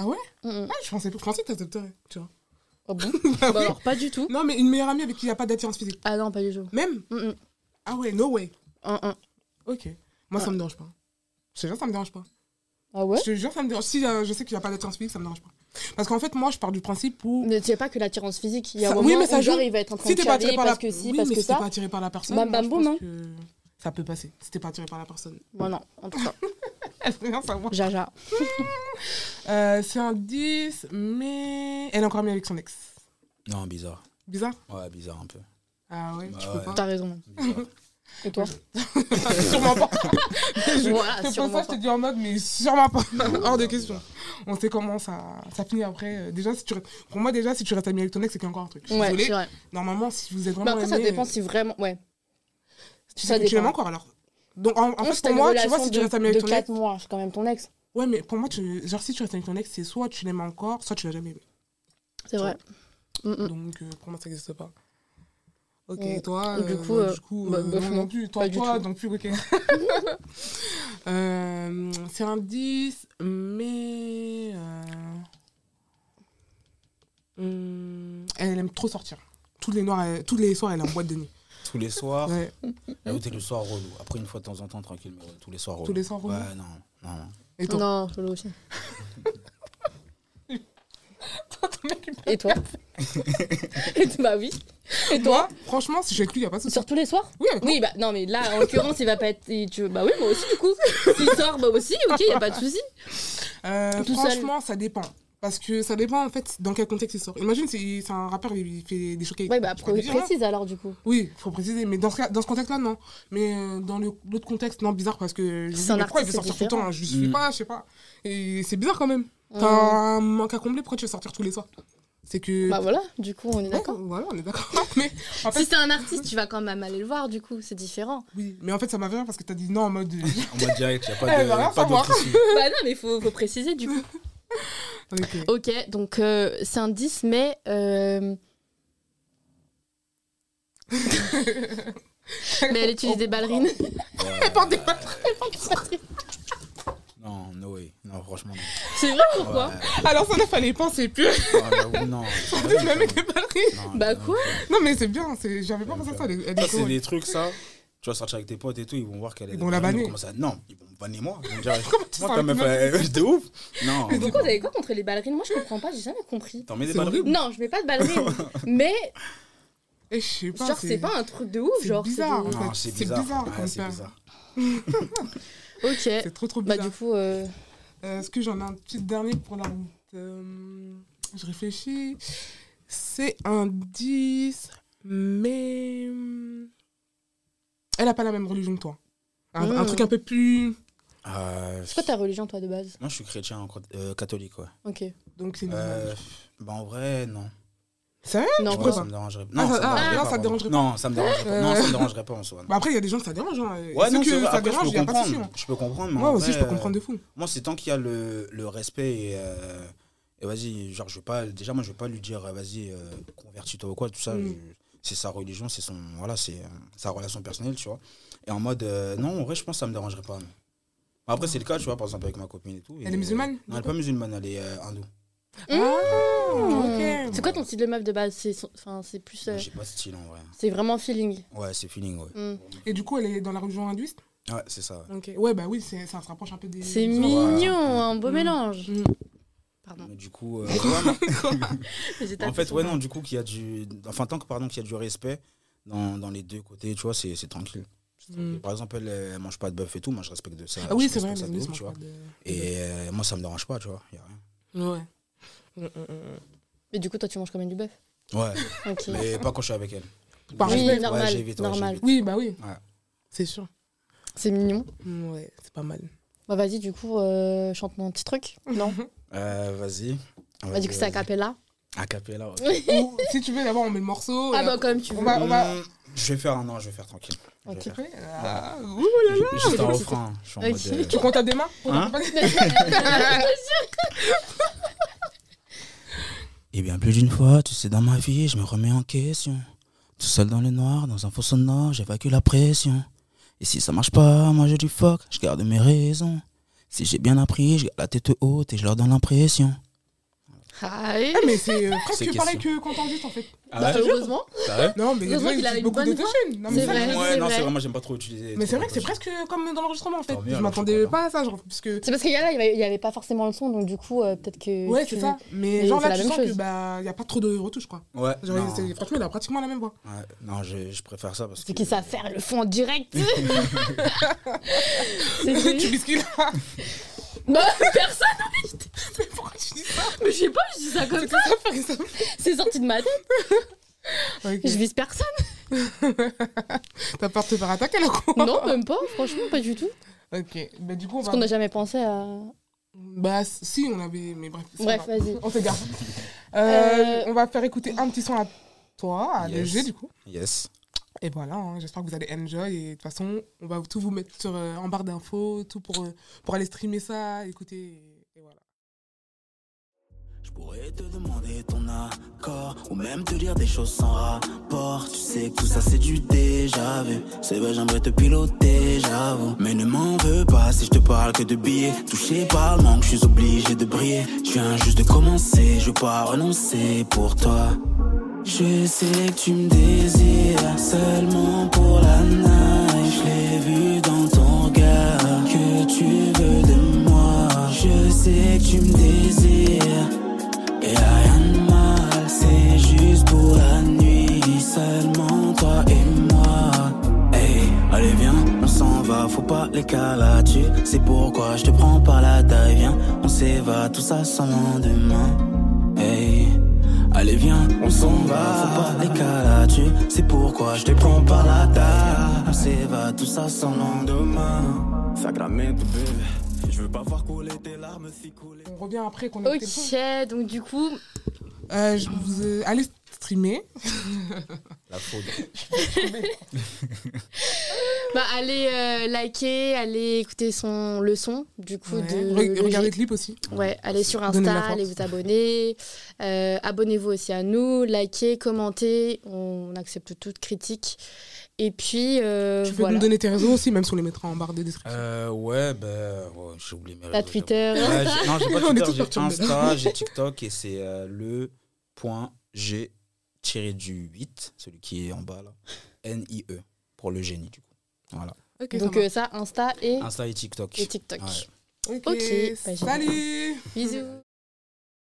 S2: Mm, mm.
S1: Ah, je pensais, je pensais que t'accepterais, tu vois.
S2: Ah bon
S1: Bah
S2: Bah,
S1: oui.
S2: alors, pas du tout.
S1: Non, mais une meilleure amie avec qui il n'y a pas d'attirance physique.
S2: Ah non, pas du tout. Ah,
S1: Même
S2: Mm, mm.
S1: Ah ouais, no way.
S2: Un, un.
S1: Ok. Moi, ça
S2: Ouais.
S1: me dérange pas. Je te jure, ça me dérange pas.
S2: Ah ouais
S1: Je te jure, ça me dérange. Si euh, je sais qu'il n'y a pas d'attirance physique, ça me dérange pas. Parce qu'en fait, moi, je pars du principe où.
S2: Ne sais pas que l'attirance physique, il y a
S1: Ça-
S2: un
S1: oui,
S2: moment
S1: mais ça
S2: où
S1: joue.
S2: genre, il va être en train
S1: Si
S2: de
S1: t'es pas
S2: chialer
S1: attiré par la
S2: parce que si,
S1: Oui,
S2: parce
S1: mais
S2: que
S1: si t'es
S2: ça.
S1: pas attiré par la personne,
S2: Bam,
S1: moi, je
S2: bam, boum,
S1: pense
S2: hein.
S1: que ça peut passer. Si t'es pas attiré par la personne.
S2: Moi non, en tout cas.
S1: Rien, ça moi.
S2: Jaja.
S1: Euh, c'est un 10, mais elle est encore mieux avec son ex.
S3: Non, bizarre.
S1: Bizarre
S3: Ouais, bizarre un peu.
S1: Ah ouais, tu
S3: Bah
S1: peux
S3: ouais.
S1: pas.
S2: T'as raison.
S3: Bizarre.
S2: Et toi
S1: sûrement pas. je,
S2: Voilà,
S1: c'est pour
S2: sûrement
S1: ça que
S2: pas.
S1: je te dis en mode, mais sûrement pas. Hors de
S3: bizarre,
S1: question.
S3: bizarre.
S1: On sait comment ça, ça finit après. Euh, Déjà, si tu, restes- pour moi, déjà, si tu restes ami avec ton ex, c'est qu'il y a encore un truc. Je suis
S2: Ouais,
S1: désolée.
S2: c'est vrai.
S1: Normalement, si vous êtes
S2: Bah,
S1: vraiment
S2: après, ça
S1: aimés,
S2: dépend
S1: euh,
S2: si vraiment. Ouais.
S1: tu,
S2: ça
S1: sais que tu l'aimes
S2: dépend.
S1: encore alors. Donc, en, en
S2: Non,
S1: fait,
S2: c'était
S1: pour
S2: une
S1: moi, tu vois,
S2: relation
S1: si tu
S2: de-
S1: restes ami avec
S2: De
S1: ton ex.
S2: 4 mois, c'est quand même ton ex.
S1: Ouais, mais pour moi, tu, genre, si tu restes avec ton ex, c'est soit tu l'aimes encore, soit tu l'as jamais aimé.
S2: C'est vrai. Mm, mm.
S1: Donc, euh, pour moi, ça n'existe pas. Ok,
S2: Ouais.
S1: toi,
S2: Du
S1: euh,
S2: coup,
S1: moi,
S2: euh,
S1: du coup,
S2: bah,
S1: euh,
S2: bof,
S1: non,
S2: non.
S1: non plus. Toi,
S2: Pas du
S1: toi,
S2: tout.
S1: donc plus, ok. Euh, c'est un 10, mais. euh, hum, elle aime trop sortir. Tous les, noirs, elle- tous les soirs, elle est en boîte de nuit.
S3: Tous les soirs.
S1: Ouais.
S3: La route est le soir relou. Après, une fois de temps en temps, tranquille, mais ouais, tous les soirs relou.
S1: Tous les soirs relou.
S3: Ouais, non. non, non.
S1: Et toi
S2: Non, je l'ai aussi.
S1: Ton mec, il me-
S2: Et toi Et t- Bah oui. Et toi
S1: Franchement, si je suis avec lui, il n'y a pas de souci.
S2: Sur tous les soirs
S1: Oui, avec moi.
S2: Oui, bah non, mais là, en l'occurrence, il va pas être. il- tu- Bah oui, moi aussi, du coup. S'il sort, bah aussi, ok, y a pas de souci.
S1: Euh,
S2: Tout
S1: franchement, ça dépend. Parce que ça dépend en fait dans quel contexte il sort. Imagine, c'est c'est un rappeur, il fait des showcases.
S2: Ouais, bah
S1: Tu peux lui dire, hein.
S2: précise alors, du coup.
S1: Oui, faut préciser, mais dans ce, cas- dans ce contexte-là, non. Mais euh, dans le- l'autre contexte, non, bizarre, parce que je
S2: C'est
S1: me dis,
S2: un
S1: mais pourquoi il veut
S2: artiste
S1: sortir tout le
S2: différent.
S1: temps hein, Je suis
S3: Mm.
S1: pas, je sais pas. Et c'est bizarre quand même. T'as
S2: Hum.
S1: un manque à combler, pourquoi tu veux sortir tous les soirs C'est que.
S2: Bah voilà, du coup, on
S1: Ouais,
S2: est d'accord.
S1: Voilà, on est d'accord. mais, en
S2: Si
S1: fait,
S2: c'est un artiste, tu vas quand même aller le voir, du coup, c'est différent.
S1: oui, mais en fait, ça m'a fait rire parce que t'as dit non en mode. euh,
S3: En mode direct, il n'y a
S1: Eh,
S3: pas de-
S1: bah, rien
S3: pas
S1: savoir.
S3: d'autre issue.
S2: bah non, mais faut, faut préciser, du coup.
S1: ok.
S2: Ok, donc euh, c'est un 10, mais. euh, mais elle utilise des ballerines.
S3: Ouais,
S1: Porte des pattes.
S3: Non, no way. Non, franchement. non.
S2: c'est vrai, pourquoi
S3: Ouais.
S1: Alors, ça, là, fallait y penser, pur.
S3: Ah, j'avoue, Non.
S1: Même avec les ballerines.
S3: Non,
S2: Bah,
S3: non,
S2: quoi
S3: non.
S1: Non, mais c'est bien, c'est- j'avais pas pensé à ça. Elle, est- elle est
S3: Ça, Ah, c'est
S1: cool.
S3: des trucs, ça. Tu vas sortir avec tes potes et tout, ils vont voir qu'elle est.
S1: Ils vont la banner.
S3: Non, ils vont me banner moi. Ils vont me dire,
S1: Comment tu
S3: moi,
S1: sors
S3: ta
S1: avec
S3: meuf, elle- de ouf. Non.
S2: Du coup, vous avez quoi contre les ballerines Moi, je comprends pas, j'ai jamais compris.
S3: T'en mets des
S1: C'est
S3: ballerines
S1: horrible.
S2: Non, je mets pas de ballerines. mais,
S1: Et Eh, je sais pas.
S2: genre, c'est pas un truc de ouf,
S1: c'est
S2: genre.
S1: bizarre.
S2: des-
S3: Non,
S1: C'est
S3: c'est bizarre.
S1: bizarre,
S3: Ouais,
S1: comme
S3: c'est
S1: ça.
S3: bizarre.
S2: Ok.
S1: C'est trop, trop
S2: Bah,
S1: bizarre.
S2: du coup, euh,
S1: Euh, Est-ce que j'en ai un petit dernier pour la route Euh, Je réfléchis. C'est un 10, mais. hum, Elle n'a pas la même religion que toi. Un, un
S2: Mm.
S1: truc un peu plus.
S3: Euh,
S2: c'est quoi ta religion, toi, de base
S3: Moi, je suis chrétien, encore- euh, catholique, ouais.
S2: Ok.
S1: Donc c'est une.
S3: Euh, Bah, en vrai, non.
S2: Non,
S3: Ouais,
S1: peux
S2: quoi
S3: ça
S1: pas.
S3: me dérangerait
S1: Ah,
S3: non,
S1: ça-
S3: ça me
S1: ah,
S3: dérangerait
S1: non, ça
S3: pas,
S1: te
S3: pardon.
S1: dérangerait
S3: Non, ça me dérangerait pas. Non, ça me dérangerait pas en soi. non.
S1: Bah après, il y a des gens que ça dérange. Hein. Et
S3: Ouais,
S1: ceux
S3: non,
S1: que
S3: c'est vrai.
S1: ça
S3: Après, je
S1: dérange, il
S3: peux
S1: n'y a pas de souci. hein.
S3: comprendre. hein. Je peux comprendre. mais
S1: Moi
S3: en
S1: aussi, je
S3: vrai,
S1: peux comprendre de fou.
S3: euh, Moi, c'est tant qu'il y a le, le respect et. euh, et vas-y, genre, je vais pas. Déjà, moi, je vais pas lui dire, euh, vas-y, euh, convertis-toi ou quoi, tout ça.
S1: Mm.
S3: je- c'est sa religion, c'est son. Voilà, c'est euh, sa relation personnelle, tu vois. Et en mode, euh, non, en vrai, je pense que ça me dérangerait pas. non. Après, c'est le cas, tu vois, par exemple, avec ma copine et tout. et-
S1: Elle est musulmane, du
S3: Non, elle est
S1: coup
S3: pas musulmane, elle est euh, hindoue.
S2: Hmm.
S1: Ah, ok.
S2: C'est quoi ton style de meuf de base C'est son- Enfin, c'est plus. euh,
S3: J'ai pas de style en vrai.
S2: C'est vraiment feeling.
S3: Ouais, c'est feeling, ouais.
S2: Mm.
S1: Et du coup, elle est dans la religion hindouiste
S3: Ouais, c'est ça. ouais.
S1: Ok. Ouais, bah oui, c'est- ça se rapproche un peu des.
S2: C'est
S1: des-
S2: mignon, un beau
S1: Mm.
S2: mélange.
S1: Mm.
S2: Pardon.
S3: Mais Du coup, euh, ouais, non.
S2: j'ai tapé
S3: en fait,
S2: sur-
S3: ouais, non, du coup, qu'il y a du. Enfin, tant que, pardon, qu'il y a du respect dans, dans les deux côtés, tu vois, c'est c'est tranquille. C'est tranquille.
S1: Mm.
S3: Par exemple, elle, elle mange pas de bœuf et tout, moi, je respecte de ça.
S1: Ah oui,
S3: je
S1: c'est vrai,
S3: respecte
S1: mais
S3: ça de
S1: ils
S3: ouf,
S1: sont
S3: tu vois.
S1: pas de-
S3: Et euh, moi, ça me dérange pas, tu vois, y a rien.
S1: Ouais. Mm, mm, mm.
S2: Mais du coup, toi, tu manges quand même du bœuf.
S3: Ouais,
S2: Ok.
S3: mais pas quand je suis avec elle.
S1: Par
S2: oui,
S1: respect.
S3: Ouais,
S2: normal.
S3: j'évite, ouais,
S2: normal.
S3: j'évite.
S1: Oui, bah oui.
S3: Ouais.
S1: C'est sûr.
S2: C'est mignon.
S1: Mm, Ouais, c'est pas mal.
S2: Bah, vas-y, du coup, euh, chante-nous un petit truc. Non
S3: Euh, vas-y.
S2: Vas-y que c'est a cappella.
S3: A cappella, ok.
S1: Ou, si tu veux, d'abord, on met le morceau. et
S2: Ah, bah,
S1: après-
S2: comme tu
S1: on
S2: veux.
S1: va, on va...
S3: Mm, Je vais faire un an, je vais faire tranquille. Je vais
S2: Ok.
S3: faire.
S1: Oui, ah, ouh.
S3: J'ai- Juste un refrain. Je suis en
S2: Ok.
S3: mode, euh,
S1: Tu comptes à des mains pour
S3: Hein
S1: t'accompagner
S3: Et bien plus d'une fois, tu sais, dans ma vie, je me remets en question. Tout seul dans le noir, dans un faux sonore, j'évacue la pression. Et si ça marche pas, moi j'ai du fuck, je garde mes raisons. Si j'ai bien appris, je garde la tête haute et je leur donne l'impression.
S2: Aïe.
S1: Ah, mais c'est euh,
S3: C'est
S1: presque pareil
S3: question.
S1: que quand on dit en fait.
S3: Ah
S2: Bah, heureusement.
S1: Non, mais il y a des gens qui
S2: Heureusement qu'il a
S1: utilisent
S2: une
S1: beaucoup
S2: bonne voix.
S1: d'autotunes. Non, mais
S2: C'est
S1: ça,
S2: vrai.
S1: je-
S2: Ouais, non, c'est vrai,
S3: moi j'aime pas trop utiliser.
S1: Mais c'est vrai que c'est presque comme dans l'enregistrement en fait.
S3: Tant mieux,
S1: Je
S3: alors,
S1: m'attendais
S3: je comprends
S1: pas à ça, genre, parce que.
S4: C'est parce qu'il y a là, il y avait- il y avait pas forcément le son, donc du coup, euh, peut-être que.
S1: Ouais,
S4: tu-
S1: c'est ça. Mais
S4: Mais
S1: genre
S4: c'est
S1: là,
S4: la même
S1: tu sens que
S4: chose.
S1: bah, y a pas trop de retouches quoi.
S3: Ouais,
S1: Genre,
S3: non,
S1: c'est- franchement, il a pratiquement la même voix.
S3: ouais, non, je, je préfère ça parce que.
S4: C'est qu'ils savent faire le fond en direct.
S2: C'est
S1: tu
S2: celui-
S1: dis ce qu'il a.
S2: Non, personne.
S1: Pourquoi tu dis ça
S2: Mais je sais pas, je dis ça comme
S1: C'est
S2: ça.
S1: ça, par exemple.
S2: C'est sorti de ma tête.
S1: Ok.
S4: Je vise personne.
S1: T'as peur de te faire attaquer là quoi
S2: Non, même pas. Franchement, pas du tout.
S1: Ok, bah du coup, on
S4: Parce
S1: va.
S4: qu'on n'a jamais pensé à.
S1: Bah si, on avait. Mais bref. c'est
S4: Bref,
S1: pas grave.
S4: vas-y.
S1: On se garde.
S4: Euh,
S1: On va faire écouter un petit son à toi, à
S3: Yes.
S1: DG du coup.
S3: Yes.
S1: Et voilà, hein, j'espère que vous allez enjoy. Et de toute façon, on va tout vous mettre sur, euh, en barre d'infos, tout pour, euh, pour aller streamer ça, écouter. Et, et voilà.
S3: Je pourrais te demander ton accord ou même te dire des choses sans rapport. Tu sais que tout ça c'est du déjà vu. C'est vrai, j'aimerais te piloter, j'avoue. Mais ne m'en veux pas si je te parle que de billets. Touché par le manque, je suis obligé de briller. Je viens juste de commencer, je veux pas renoncer pour toi. Je sais que tu me désires seulement pour la night. Je l'ai vu dans ton regard que tu veux de moi. Je sais que tu me désires et y'a rien de mal. C'est juste pour la nuit, seulement toi et moi. Hey, allez viens, on s'en va, faut pas les calater. C'est pourquoi je te prends par la taille, viens, on s'évade, tout ça sans lendemain. Hey, allez viens, on s'en va, faut pas les calater. C'est pourquoi je te prends par la taille, on s'évade, tout ça sans lendemain. Sacramento, bébé, je veux pas voir couler tes larmes si couler.
S1: On revient après qu'on ait écouté le son.
S2: Ok, donc du coup,
S1: Euh, je vous, euh, allez streamer.
S3: La faute.
S2: bah, allez euh, liker, allez écouter son leçon. Du coup,
S1: Ouais.
S2: de.
S1: Re-
S2: de-
S1: Regardez le clip aussi.
S2: Ouais, allez sur
S1: Donnez-nous la
S2: Insta,
S1: force.
S2: allez vous abonner. Euh, Abonnez-vous aussi à nous, likez, commentez. On accepte toute critique. Et puis, euh,
S1: tu peux
S2: voilà.
S1: nous donner tes réseaux aussi, même si on les mettra en barre de description.
S3: Euh, ouais, ben, ouais, j'ai oublié mes
S2: T'as
S3: réseaux,
S2: Twitter.
S3: j'avoue. Ouais, j'ai- non, j'ai
S1: On est
S3: pas
S1: tous
S3: Twitter, j'ai
S1: perturbés.
S3: Insta, j'ai TikTok et c'est euh, le point G tiré du 8, celui qui est en bas là. N-I-E pour le génie du coup. Voilà.
S1: Ok,
S2: Donc
S1: ça
S2: euh, ça, Insta et,
S3: Insta et TikTok.
S2: et TikTok.
S3: Ouais.
S1: marche. Ok,
S2: ok, bah, j'ai-
S1: salut
S2: Bisous.